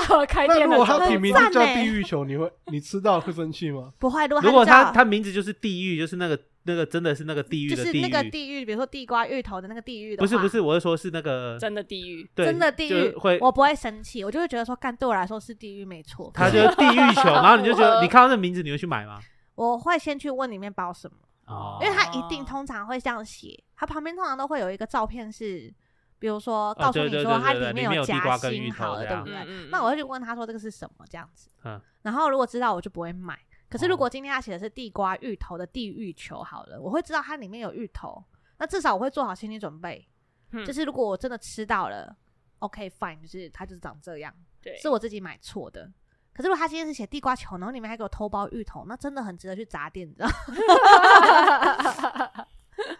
C: 球开
A: 那
C: 店
A: 如
C: 的
A: 果
C: 时候
A: 他
B: 很
A: 品名就叫
B: 赞欸
A: 地狱球，你会你吃到会生气吗？
B: 不会。如
E: 如果
B: 果
E: 他
B: 它
E: 他名字就是地狱，就是那个那个真的是那个地狱
B: 就
E: 的
B: 是
E: 地
B: 那个
E: 狱，
B: 地狱，比如说地瓜芋头的那个地狱的
E: 不
B: 话，
E: 是不是，我是说是那个
C: 真的地狱，
E: 对
B: 真的地狱
E: 就会，
B: 我不会生气，我就会觉得说，干对我来说是地狱没错。
E: 他就是地
B: [LAUGHS]
E: 狱球，然后你就觉
D: 符
E: 得
D: 合
E: 你看到这名字你会去买吗？
B: 我会先去问里面包什么。
E: 哦，
B: 因为它一定通常会这样写，它旁边通常都会有一个照片是，比如说告诉
E: 哦对
B: 你
E: 对
B: 说
E: 对
B: 它
E: 对对里
B: 面
E: 面有地
B: 夹
E: 瓜跟芋
B: 心
E: 头
B: 好了，
E: 这
B: 对
E: 样
B: 不对？
C: 嗯
B: 那我会去问他说这个是什么这样子，
E: 嗯
B: 然后如果知道我就不会买。可是
E: 哦
B: 如果今天他写的是地瓜芋头的地狱球好了，我会知道它里面有芋头，那至少我会做好心理准备，
C: 嗯
B: 就是如果我真的吃到了，OK fine，就是它就是长这样，
C: 对
B: 是我自己买错的。可是如果他今天是写地瓜球，然后里面还给我偷包芋头，那真的很值得去砸店，你知道吗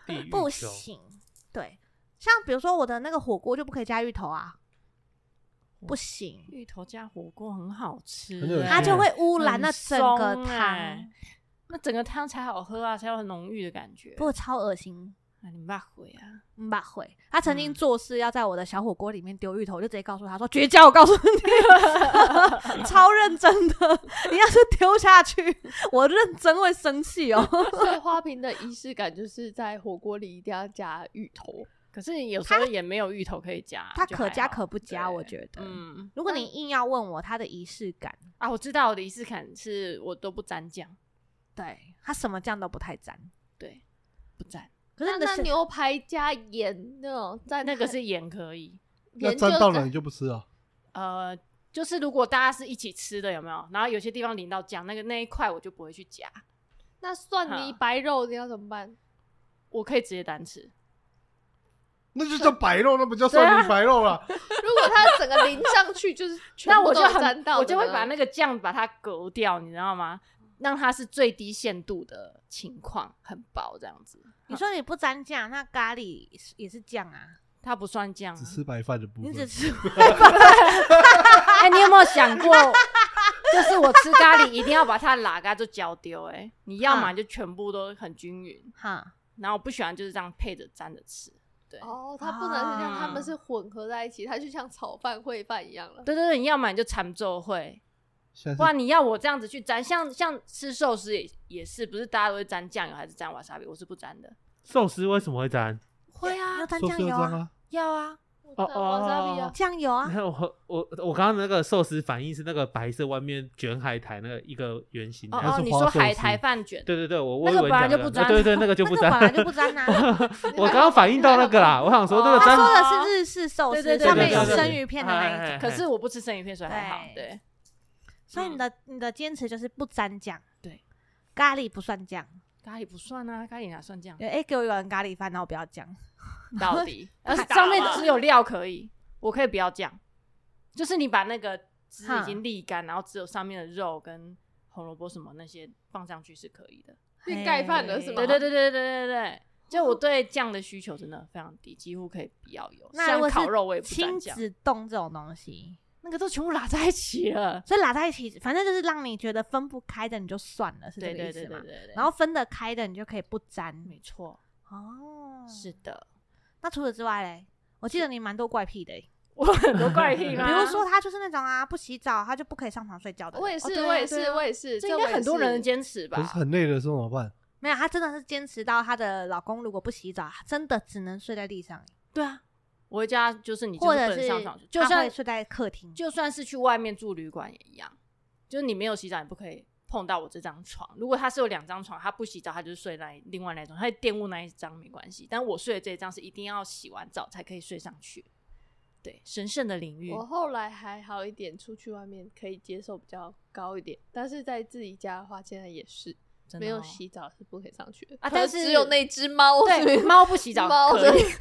E: 地狱
B: 不
E: 球
B: 行。对，像比如说我的那个火锅就不可以加芋头啊，不行，
C: 芋头加火锅很好吃
A: 很有
C: 欸，
A: 对
B: 它就会污
C: 很
B: 染那整个
C: 松
B: 汤
C: 欸，，那整个汤才好喝啊，才有浓郁的感觉。
B: 不，超恶心。
C: 啊你骂回啊，
B: 嗯吧会，他曾经
C: 嗯
B: 做事要在我的小火锅里面丢芋头，我就直接告诉他说绝交，我告诉你， [LAUGHS] 超认真的，你要是丢下去，我认真会生气
C: [LAUGHS]
B: 哦。
D: 所以花瓶的仪式感就是在火锅里一定要加芋头。
C: 可是有时候也没有芋头可以加，啊
B: 他
C: 就
B: 可
C: 还
B: 加
C: 好
B: 可不加，
C: 对
B: 我觉得。
C: 嗯
B: 如果你硬要问我他的仪式感，
C: 啊，我知道我的仪式感是我都不沾酱，
B: 对他什么酱都不太沾，
C: 对，不沾，
B: 可是你的
D: 那
B: 是
D: 牛排加盐那种，蘸
C: 那个是盐可以，
A: 那
D: 盐就
A: 沾到了
D: 蘸
A: 你就不吃啊？
C: 呃。就是如果大家是一起吃的，有没有？然后有些地方淋到酱，那个那一块我就不会去夹，
D: 那蒜泥
C: 哈
D: 白肉你要怎么办？
C: 我可以直接单吃。
A: 那就叫白肉，那不叫
B: 啊
A: 蒜泥白肉
B: [LAUGHS]
A: 了。
D: 如果它整个淋上去
C: [LAUGHS]
D: 就是全
C: 那
D: 部
C: 我
D: 都
C: 就
D: 有沾
C: 很，
D: 到的呢，
C: 我就会把那个酱把它隔掉，你知道吗？让它是最低限度的情况，很薄这样子。
B: 你说你不沾酱，那咖喱也是也是酱啊？
C: 它不算酱、啊
A: 只。吃白饭的部
B: 你
A: 分，
B: 只吃
C: 哎、你有没有想过， [LAUGHS] 就是我吃咖喱一定要把它拉嘎就搅丢？哎，你要嘛
B: 嗯
C: 就全部都很均匀，
B: 哈，
C: 然后我不喜欢就是这样配着沾着吃。对，
D: 哦，它不能是这样，
C: 啊
D: 它们是混合在一起，它就像炒饭烩饭一样了。
C: 对对对，你要嘛你就缠奏会，
A: 现
C: 不
A: 在是
C: 然你要我这样子去沾，像像吃寿司也也是，不是大家都会沾酱油还是沾
E: 嗯
C: 瓦萨比？我是不沾的。
E: 寿司为什么会沾？
C: 会啊
B: 要，沾
A: 寿
B: 酱
A: 司要
B: 油
A: 沾
B: 啊？
A: 啊，
C: 要啊，
D: 我
E: 哦
D: 知道瓦萨比啊，
B: 酱油啊
E: 你，看我我我刚刚那个寿司反应是那个白色外面卷海苔那个一个圆形，
C: 哦
E: 然后
C: 哦，
E: 是
C: 你
E: 花
C: 说
E: 寿
C: 海
E: 司
C: 苔饭卷，
E: 对对对，我我
C: 那个
E: 以为
C: 本来
E: 你
C: [LAUGHS] 就
E: 讲
C: 不
E: 的
C: 沾
E: 对对，那个
B: [LAUGHS]
E: 就
B: 那
E: 不
B: 个
E: 沾
B: 本。来就不沾
C: [LAUGHS]
B: 哦啊。
E: [LAUGHS]
D: [LAUGHS]
E: 我刚刚反应到那个啦，我想说那个
B: 他
E: 沾哎
B: 说的是日式寿
C: 啊对对
B: 司，
C: 对哎
B: 上面
E: 对
B: 有
E: 对对
B: 生鱼片的那一种。
C: 可是我不吃生鱼片，所以还好。对
B: 对，所以你的你的坚持就是不沾酱，
C: 对，
B: 咖喱不算酱。
C: 咖喱不算啊，咖喱哪算 [LAUGHS] 酱？
B: 哎，给我一碗咖喱饭，然后不要酱。
C: 到 [LAUGHS] 底，而
D: 太
C: 且
D: 大
C: 呃上面
D: 了
C: 只有料可以，我可以不要酱，就是你把那个汁已
B: 哈
C: 经沥干，然后只有上面的肉跟红萝卜什么那些放上去是可以的。
D: 是盖饭的是吗
C: 对对对对对对对。就我对酱的需求真的非常低，几乎可以不要有。
B: 那如
C: 像
B: 果
C: 烤肉我也
B: 是
C: 不沾
B: 亲
C: 酱，
B: 子冻这种东西，
C: 那个都全部拉在一起 [LAUGHS] 了。
B: 所以拉在一起，反正就是让你觉得分不开的，你就算了，是这
C: 对
B: 个
C: 对
B: 意
C: 对
B: 思
C: 对
B: 吗
C: 对？对。
B: 然后分得开的，你就可以不沾。
C: 没错，
B: 哦，
C: 是的， [LAUGHS]
B: 那除此之外嘞，我记得你蛮多怪癖的欸、
C: 我很多怪 [LAUGHS] 癖吗？
B: 比如说他就是那种啊，不洗澡他就不可以上床睡觉的人。哦
D: 我也是，
C: 对啊
D: 我也
C: 对
D: 是，
C: 啊
D: 我也是，
C: 这应该很多人的
D: 家
C: 坚持吧
A: 可？是很累的时候怎么办？
B: 没有，她真的是坚持到她的老公如果不洗澡，真的只能睡在地上，欸
C: 对啊，我会叫他就是你就
B: 或
C: 是
B: 者
C: 不能
B: 是
C: 上床，就
B: 她
C: 算
B: 会睡在客厅。
C: 就算是去外面住旅馆也一样，就是你没有洗澡，你不可以碰到我这张床。如果他是有两张床，他不洗澡，他就是睡那一另外那一张，他玷污那一张没关系。但我睡的这一张是一定要洗完澡才可以睡上去。对，神圣的领域，
D: 我后来还好一点，出去外面可以接受比较高一点，但是在自己家的话，现在也是
C: 真的
D: 没有
C: 哦
D: 洗澡是不可以上去的
C: 啊
D: 可能
C: 但是
D: 只有那只猫是没 [LAUGHS]
C: 对，猫不洗澡
D: 猫
C: 可以。？
D: [LAUGHS]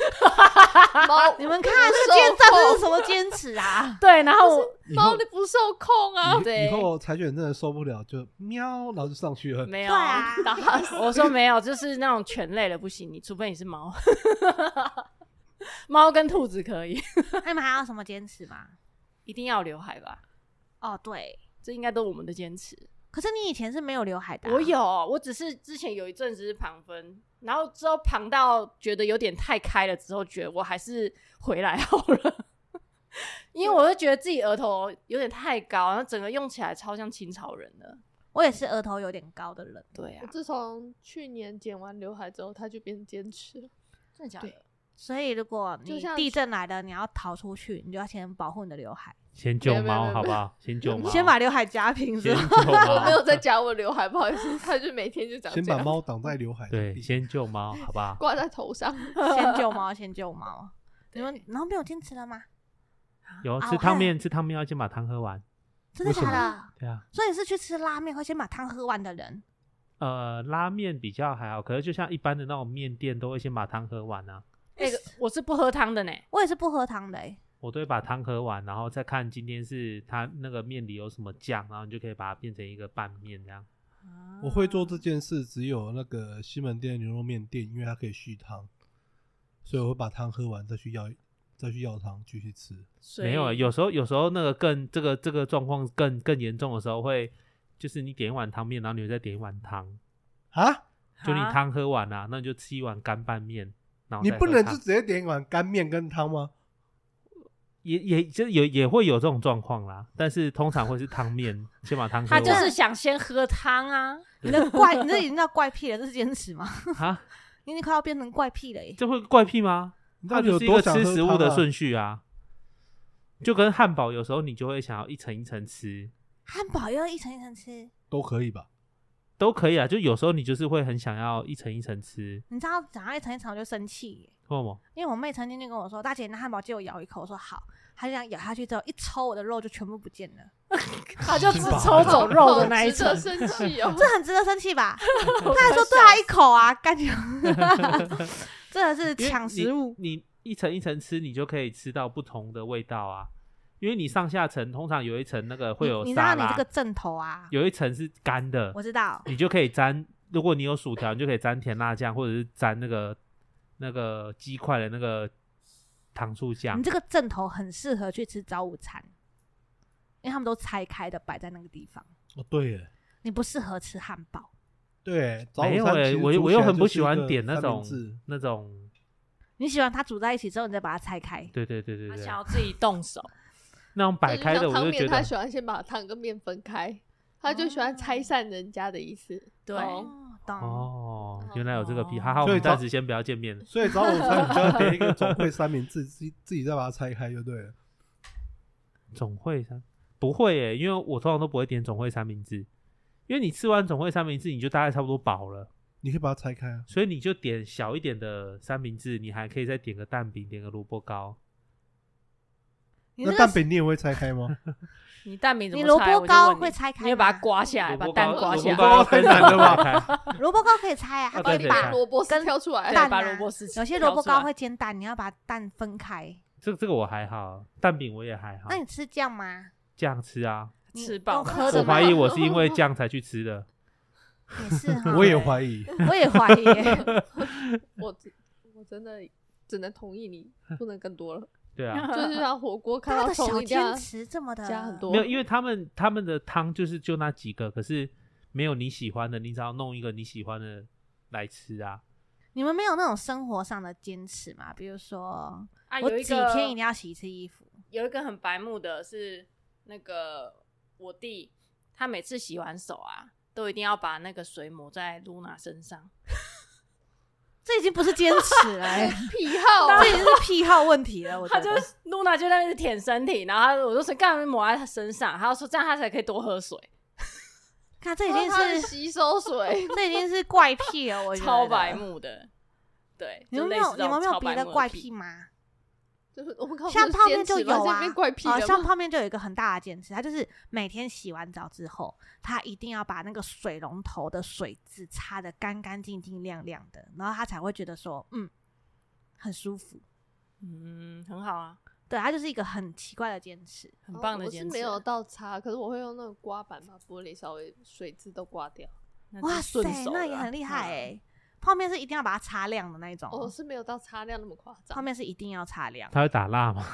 D: 猫，
B: 你们看
D: 不
B: 这
D: 受
B: 个坚这
D: 控
B: 这是什么坚持啊
C: 对，然后我
A: 以
D: 猫
A: 后
D: 你不受控啊，
A: 以
C: 对
A: 以后柴犬真的受不了，就喵，然后就上去了。
C: 没
B: 对
C: 有，
B: 啊，
D: 打死。
C: 我说没有，就是那种犬类的不行，你除非你是猫，猫跟兔子可以，
B: 那你们还有什么坚持吗？
C: 一定要有刘海吧？
B: 哦，对，
C: 这应该都是我们的坚持。
B: 可是你以前是没有刘海的啊、
C: 我有，我只是之前有一阵子是旁分，然后之后旁到觉得有点太开了之后，觉得我还是回来好了，因为我就觉得自己额头有点太高，然后整个用起来超像清朝人的。
B: 我也是额头有点高的人。
C: 对
D: 我
C: 啊，
D: 自从去年剪完刘海之后，它就变坚持
C: [LAUGHS]
D: 了。
C: 真的假
D: 的
C: 的？
B: 所以，如果
D: 就
B: 你
D: 像
B: 地震来了，你要逃出去，你就要先保护你的刘海，哦
E: 先救
D: 没有没有没
E: 猫
D: 有
E: 好不好？先救猫，
B: 先
E: [LAUGHS]
B: 把刘海夹平之
E: 先
B: 后，
E: 救猫，
D: [LAUGHS] 我没有在夹我刘海，不好意思，它就每天就长
A: 先
D: 这
A: 把
D: 样，
A: 猫挡在刘海
E: 对，
A: 里
E: 先救猫好不好？
D: 挂在头上。
B: 先救猫，先救猫。你们然后没有坚持了吗？
E: 有
B: 啊
E: 吃
B: 我
E: 汤
B: 看
E: 面，吃汤面要先把汤喝完。
B: 真的
A: 为什
B: 假
A: 么
B: 的？
E: 对啊，
B: 所以是去吃拉面会先把汤喝完的人。
E: 呃，拉面比较还好，可是就像一般的那种面店，都会先把汤喝完啊。
C: 那个我是不喝汤的呢，
B: 我也是不喝汤的、欸，
E: 我都会把汤喝完，然后再看今天是它那个面里有什么酱，然后你就可以把它变成一个拌面这样。
A: 我会做这件事，只有那个西门店的牛肉面店，因为它可以续汤，所以我会把汤喝完再去要再去要汤继续吃。
C: 所以
E: 没有，有时候有时候那个更这个这个状况更更严重的时候会，就是你点一碗汤面，然后你再点一碗汤，
A: 啊，
E: 就你
C: 啊
E: 汤喝完了、那你就吃一碗干拌面，然后
A: 你
E: 再
A: 不
E: 喝
A: 能
E: 汤
A: 就直接点一碗干面跟汤吗？
E: 也也就也也会有这种状况啦，但是通常会是汤面，先把汤喝
C: 他
E: 完。
C: 就是想先喝汤啊，
B: 你的怪，你这已经叫怪癖了，这是坚持吗？ [LAUGHS]
E: 啊，
B: 你已经快要变成怪癖了、欸，
E: 这会怪癖吗？
A: 你到
E: 它
A: 底有
E: 就是一
A: 多
E: 个
A: 想喝
E: 吃
A: 汤啊
E: 食物的顺序啊，就跟汉堡有时候你就会想要一层一层吃，
B: 汉堡要一层一层吃。
A: 都可以吧？
E: 都可以啊。就有时候你就是会很想要一层一层吃，
B: 你知道讲到一层一层我就生气、耶，
E: 为什么？
B: 因为我妹曾经就跟我说：“大姐，你那汉堡借我咬一口。”我说：“好。”她就这样咬下去之后，一抽我的肉就全部不 [LAUGHS] 见了，
C: 他就只抽走肉的那一层
D: 好。值得生
A: [LAUGHS]
D: 气哦。
B: 这很值得生气 [LAUGHS] 吧？她还说：“对啊，一口啊，感觉 [LAUGHS] 真的是
E: 因为
B: 抢
E: 你
B: 食物。
E: 你一层一层吃，你就可以吃到不同的味道啊。因为你上下层通常有一层那个会
B: 你”
E: 有
B: 你知道
E: 沙
B: 你
E: 拉，
B: 这个正头啊？
E: 有一层是干的，
B: 我知道，
E: 你就可以沾。如果你有薯条，你就可以沾甜辣酱，或者是沾那个那个鸡块的那个糖醋酱
B: 你。这个正头很适合去吃早午餐，因为他们都拆开的摆在那个地方。
A: 哦，对耶，
B: 你不适合吃汉堡，
A: 对，早午
E: 没有
A: 餐
E: 哎、
A: 其实
E: 我
A: 煮起
E: 我又
A: 来
E: 很
A: 就
E: 不
A: 是
E: 喜
A: 一
E: 欢
A: 个
E: 点那
A: 三明
E: 种
A: 治
E: 那种，
B: 你喜欢它煮在一起之后，你再把它拆开。
E: 对对对对啊
C: 他
E: 对
C: 想，要自己动手，
E: 那种摆开的
D: 就像
E: 我
D: 汤
E: 就
D: 面
E: 觉
D: 他
E: 得
D: 喜欢先把汤跟
B: 哦
D: 面分开，他就喜欢拆散人家的意思。
C: 对
D: 哦
B: 哦，懂。
E: 哦，哦，原来有这个癖
D: 哦
E: 好，好，我
A: 所以
E: 们暂
A: 早
E: 时先不要见面了。
A: 所以早午餐你就要点
E: [LAUGHS]
A: 一个总会三明治，自己自己再把它拆开就对了。
E: 总会三不会耶，因为我通常都不会点总会三明治，因为你吃完总会三明治，你就大概差不多饱了，
A: 你可以把它拆开啊，
E: 所以你就点小一点的三明治，你还可以再点个蛋饼，点个萝卜糕。
B: 你
A: 那
B: 个
A: 蛋
B: 是
A: 饼你也会拆开 [LAUGHS] 吗？
C: 你蛋饼怎
B: 你
C: 么
B: 萝
C: 拆
B: 卜
C: 我就
B: 糕
C: 问你
B: 会拆开
C: 你会把它
B: 吗
C: 刮下来，把
E: 萝卜
C: 蛋
E: 糕
C: 刮
E: 萝
C: 下
E: 卜
C: 来，
E: 糕太难了
C: [LAUGHS]
E: 吧？
B: 萝卜糕可以拆啊，它
E: 哦
B: 可
E: 对
B: 以
E: 对
D: 你
E: 对
D: 把
B: 把
D: 萝卜丝
B: 跟
D: 挑出来
C: 对，
B: 蛋
C: 把
B: 啊
C: 萝卜丝
B: 有些
C: 挑
B: 萝卜
C: 出来
B: 糕会煎蛋，你要把蛋分开。
E: 这这个我还好，蛋饼我也还好
B: 那，你吃酱吗？
E: 这样吃啊。
B: 你
C: 吃饱
B: 用
C: 了
B: 喝
E: 我
B: 的吗
E: 怀？疑我是因为这样才去吃的，
B: 也是
A: [LAUGHS]
B: 哈，
A: 我也怀疑，
B: 我也怀疑耶。
D: 我只我真的只能同意
E: [LAUGHS]
D: 你，不能更
B: [LAUGHS]
D: 多了。
E: 对
C: [LAUGHS]
E: 啊，
D: 就是像火锅看
B: 他
D: 到
B: 的
D: 葱
B: 小
D: 一定要 [LAUGHS]
B: 坚持这么的
D: 加很多，
E: 没有，因为他们他们的汤就是就那几个，可是没有你喜欢的，你只要弄一个你喜欢的来吃啊。
B: 你们没有那种生活上的坚持吗？比如说，
C: 啊，
B: 我
C: 有一
B: 几
C: 个
B: 天一定要洗一次衣服，
C: 有一个很白目的是那个我弟，他每次洗完手啊，都一定要把那个水抹在露娜身上。
B: 这已经不是坚持了欸，
D: 癖好
B: 这已经是癖好问题了。我觉
C: 他就
B: 得，
C: 露娜就在那边舔身体，然后他我就说干嘛抹在他身上？他就说这样他才可以多喝水，
B: 看这已经
D: 它
B: [LAUGHS]
D: 是
B: 是
D: 吸收水，
B: 这已经是怪癖了，我觉得
C: 超白。目的。对，
B: 你
C: 就
B: 们没
C: 类似
B: 有
C: 这
B: 你们
C: 种
B: 没有
C: 超
B: 别
C: 白
B: 的
C: 目
B: 怪癖
C: 癖？
B: 吗？
D: 就是我们靠
B: 像泡面就
D: 就
B: 有啊
D: 变怪癖
B: 哦，
D: 了
B: 像
D: 吗。
B: 泡面就有一个很大的坚持，他就是每天洗完澡之后，他一定要把那个水龙头的水渍擦得干干净净、亮亮的，然后他才会觉得说，嗯，很舒服。
C: 嗯，很好啊，
B: 对，他就是一个很奇怪的坚持。
C: 很
D: 哦
C: 棒的
D: 我是
C: 坚持。
D: 没有倒擦，可是我会用那个刮板把玻璃稍微水渍都刮掉。
C: 那
B: 哇
C: 就
B: 塞
C: 顺手，
B: 那
C: 了
B: 也
C: 啊
B: 很厉害哎、
C: 嗯
B: 泡面是一定要把它擦亮的那一种
D: 我
B: 哦，
D: 是没有到擦亮那么夸
B: 泡
D: 张。
B: 面是一定要擦
E: [LAUGHS]
B: 亮。
E: 他会打蜡吗？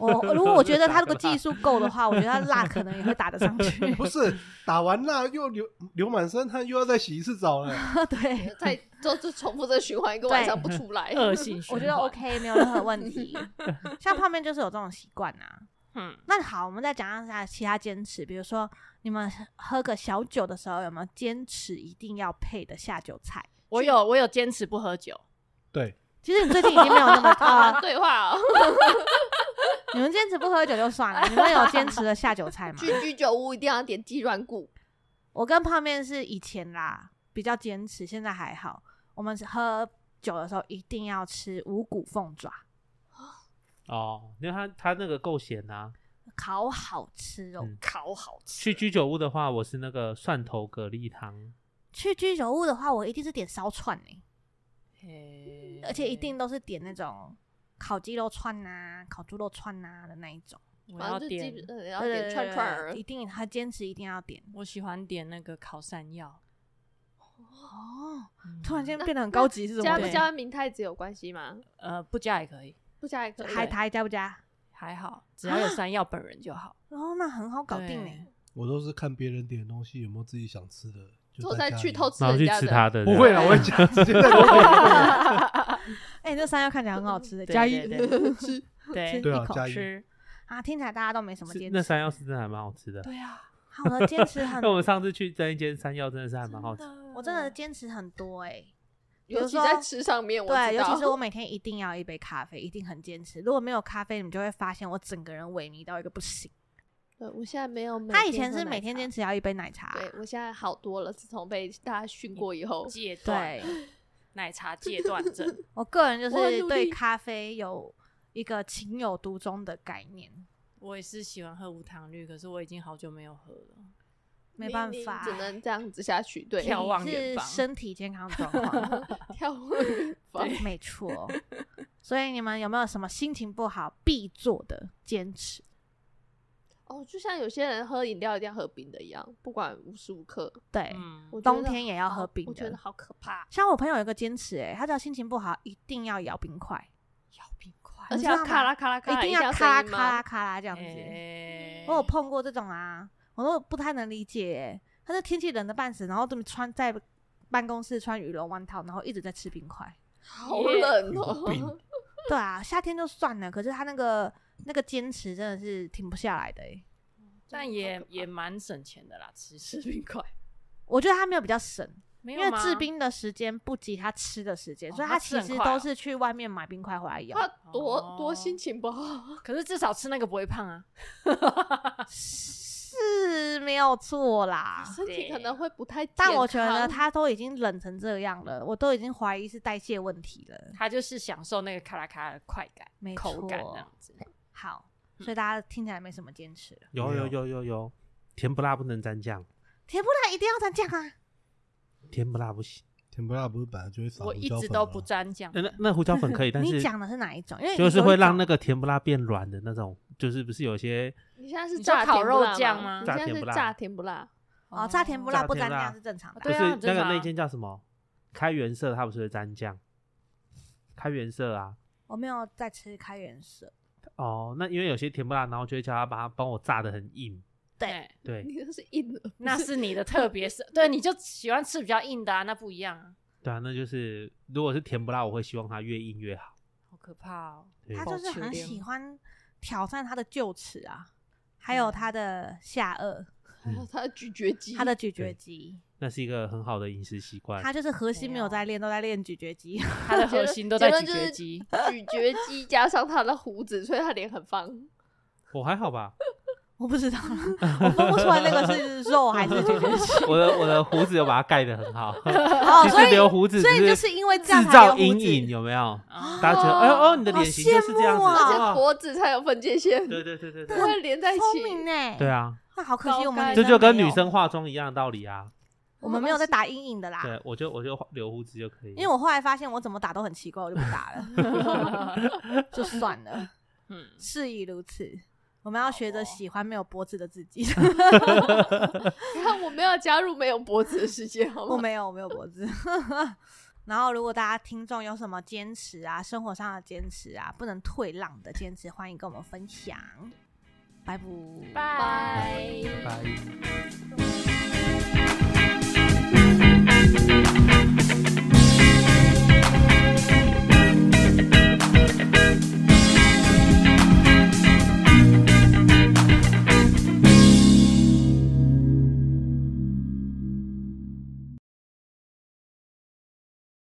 B: 我如果我觉得他如果技术够的话，我觉得他蜡可能也会打得上去。 [LAUGHS]
A: 不是打完蜡又流嗯流满身汗，又要再洗一次澡了。
B: 对，
D: 再就就重复这循环一个晚上不出来，
C: 哎恶性循环。
B: 我觉得 OK，没有任何问题。像泡面就是有这种习惯啊。
C: 嗯，
B: 那好，我们再讲一下其他坚持，比如说你们喝个小酒的时候，有没有坚持一定要配的下酒菜？
C: 我有我有坚持不喝酒，
A: [LAUGHS] 对，
B: 其实你最近已经没有那么啊、
D: 对话哦。
B: 你们坚持不喝酒就算了，你们有坚持的下酒
D: [LAUGHS]
B: 菜吗？
D: [LAUGHS] 去居酒屋一定要点鸡软骨，
B: 我跟泡面是以前啦比较坚持，现在还好。我们喝酒的时候一定要吃五谷凤爪，
E: 哦，因为他他那个够咸啊。
B: 烤好吃哦。 [LAUGHS]
E: 嗯
C: 烤好吃。
E: 去居酒屋的话，我是那个蒜头蛤蜊汤，
B: 去居酒屋的话，我一定是点烧串呢、
C: 嘿
B: 而且一
D: 嗯
B: 定都是点那种烤鸡肉串呐、烤猪肉串呐、的那一种。
C: 我
D: 然
C: 要
D: 后就基
C: 点
D: 本，呃要
B: 对
D: 点
B: 对
D: 串
B: 对
D: 串
B: 对
D: 儿嗯
B: 一。定他坚持一定要点。
C: 我喜欢点那个烤山药。
B: 哦，突然
C: 嗯
B: 间变得很高级是什
D: 加
B: 么
D: 不
B: 东西？
D: 加明太子有关系吗？
C: 呃不加也可以，
D: 不加也可以。
B: 海苔加不加？
C: 还好，只要有
B: 啊
C: 山药本人
B: [LAUGHS]
C: 就好。
B: 哦，那很好搞定呢、
A: 我都是看别人点的东西有没有自己想吃的，就
D: 都在
A: 家
D: 去
A: 里
D: 偷吃
E: 然后
D: 人
E: 去
D: 家
E: 吃
D: 的。
E: 他的。
A: 不会
E: 啊，
A: 啦，我会 [LAUGHS] 讲，直接在我
D: [LAUGHS]
A: 点。
B: 欸哎、这山药看起来很好吃的、
C: 对
B: 加一
C: 对
B: [LAUGHS]
C: 对
B: 吃
C: 对
A: 对啊
B: 一口
A: 加一
C: 吃
B: 啊，听起来大家都没什么
E: 是
B: 坚持。
E: 那山药是真的还蛮好吃的。
C: 对啊，
B: 好的，坚持很
C: [LAUGHS]
E: 那，我们上次去这一间山药真的是还蛮好吃。
B: 我真的坚持很多哎、比
D: 尤
B: 如
D: 其
B: 说
D: 在吃上面， [LAUGHS] 我
B: 对，
D: 知
B: 尤其
D: 道
B: 是我每天一定要一杯咖啡，一定很坚持。如果没有咖啡，你们就会发现我整个人萎靡到一个不行。
D: 对我现在没有每天喝奶茶。
B: 他以前是每天坚持要一杯奶茶，
D: 对我现在好多了，自从被大家训过以后，
C: 戒断
B: 对，
C: 奶茶戒断症，
B: 我个人就
D: 我很
B: 是
D: 努
B: 对
D: 力
B: 咖啡有一个情有独钟的概念，
C: 我也是喜欢喝无糖绿，可是我已经好久没有喝了。
B: 没办法，
D: 只能这样子下去。
B: [LAUGHS]
D: 对， [LAUGHS]
C: 眺望远
B: 是
C: 方
B: 身体健康状况， [LAUGHS]
D: 跳过远方。 [LAUGHS]
B: 没错。所以你们有没有什么心情不好必做的坚持？
D: 哦，就像有些人喝饮料一定要喝冰的一样，不管无时无刻。
B: 对，
C: 嗯，
D: 我觉
B: 冬
D: 得
B: 天也要喝
D: 好
B: 冰
D: 我觉
B: 的
D: 得好可怕，
B: 像我朋友有一个坚持、欸，哎，他只要心情不好，一定要咬冰块，
C: 咬冰块
D: 而
B: 你
D: 且
B: 知道
D: 要
B: 吗
D: 咔啦咔啦咔
B: 一
D: 啦，
B: 定
D: 要
B: 要咔啦
D: 声音
B: 咔
D: 吗
B: 啦咔啦这样子。
C: 哎
B: 我有碰过这种啊，我都不太能理解、欸。他是天气冷的半死，然后这么穿在办公室穿羽绒外套，然后一直在吃冰块。
D: 好冷
A: 冰
D: [LAUGHS] 哦。
B: 对啊，夏天就算了，可是他那个那个坚持真的是停不下来的、欸。
C: 但也也蛮省钱的啦，吃吃冰块。
B: 我觉得他没有比较省，
C: 没
B: 因
C: 有
B: 为
C: 吗
B: 制冰的时间不及他吃的时间，
C: 哦
B: 所以
C: 他
B: 他
C: 吃
B: 其
C: 很
B: 实
C: 快
B: 都
C: 哦
B: 是去外面买冰块回来咬。
D: 他多
C: 哦
D: 多心情不好，
C: 可是至少吃那个不会胖啊。
B: 是没有错
C: 啊
B: 啦，
D: 身体可能会不太健康。
B: 但我觉得他都已经冷成这样了，我都已经怀疑是代谢问题了。
C: 他就是享受那个咔啦咔啦的快感、
B: 没
C: 口感
B: 错
C: 这样子。
B: 好，
D: 嗯
B: 所以大家听起来没什么坚持了。
E: 有
A: 没
E: 有
A: 有
E: 有有有，甜不辣不能沾酱，
B: 甜不辣一定要蘸酱啊！
E: 甜不辣不行。
A: 甜不辣不是本来就会啊撒
C: 我
A: 胡
C: 一
A: 椒
C: 直
A: 粉
C: 都
A: 吗 [LAUGHS]
C: 不沾酱
E: 那，那那胡椒粉 [LAUGHS] 可以，但
B: 你
E: 是
B: 讲的是哪一种？因为
E: 就是会让那
B: 那
E: 个甜不辣变软的那种，就是不是有些
D: 你现在是
C: 你说
D: 炸
C: 烤
D: 甜不
C: 肉
D: 辣
C: 酱吗
D: 吗？你
E: 炸
D: 现在
E: 甜
D: 是
E: 不辣
D: 炸甜不辣，
B: 哦，炸甜不
E: 炸
B: 辣不沾
E: 甜不辣
B: 酱是正常的。
E: 不
C: 对
E: 是
C: 啊很
E: 那
C: 正
E: 个
C: 常啊
E: 那间叫什么？开元社，它不是会沾酱？开元社啊，
B: 我没有在吃开元色，
E: 哦，那因为有些甜不辣，然后就会叫他把它帮我炸的很硬，
B: 对
C: 哎
E: 对
D: 你这是硬的，
C: 那是你的特别是，对，你就喜欢吃比较硬的啊，那不一样啊，
E: 对啊，那就是如果是甜不辣，我会希望它越硬越好。
C: 好可怕哦。
E: 对
B: 他
C: 好
B: 就是
C: 吃
B: 很
C: 量
B: 喜欢挑战他的臼齿啊，还有
C: 嗯
B: 他的下颚、
D: 还有他的哦咀嚼肌，
B: 他的咀嚼
E: 对
B: 肌，
E: 那是一个很好的饮食习惯。
B: 他就是核心没有
C: 没有
D: 啊
B: 在练，都在练咀嚼肌。
C: 它的核心都在咀嚼
D: [LAUGHS]
C: 肌，
D: 咀嚼肌加上他的胡子，所以他脸很
E: 哦
D: 方。
E: 我还好吧，
B: 我不
E: [LAUGHS]
B: 知道，我分不出来那个是肉还是咀嚼肌。
E: 我的我的胡子有把它盖得很好，
B: 哦，
E: 其
B: 所
E: 实
B: 以
E: 留胡子
B: 所以
E: 只
B: 就是因为这样
E: 制
B: 才
E: 造
B: 留胡
E: 阴
B: 子哦
E: 影，有没有？
C: 啊
E: 大家觉得，哎呦哦，你的
B: 好
E: 脸型就是这样
B: 羡
E: 子，
B: 慕
D: 而
B: 哦
D: 且
E: 哇
D: 脖子才有分界线，
E: 对对对对
D: 不
E: 对，
D: 会连在一
B: 聪
D: 起。
B: 明哎，
E: 对，啊，
B: 那好可惜，我们
D: 高
E: 这
B: 女
E: 就
B: 生
E: 跟
B: 没有
E: 女生化妆一样的道理啊。
B: 我们没有在打阴影的啦。
E: 对，我就我就留胡子就可以了，
B: 啊因为我后来发现我怎么打都很奇怪，我就不打
C: [LAUGHS]
B: 了，就算了。
C: 嗯，
B: 事已如此，我们要学着
C: 哦
B: 喜欢没有脖子的自
C: [LAUGHS]
B: 己。
D: 你看，我没有加入没有脖子的世界，好
B: 我
D: 吗？
B: 没有，我没有脖子。 [LAUGHS] 然后，如果大家听众有什么坚持啊，生活上的坚持啊，不能退让的坚持，欢迎跟我们分享。拜拜。
C: 拜。
E: 拜拜。
D: 拜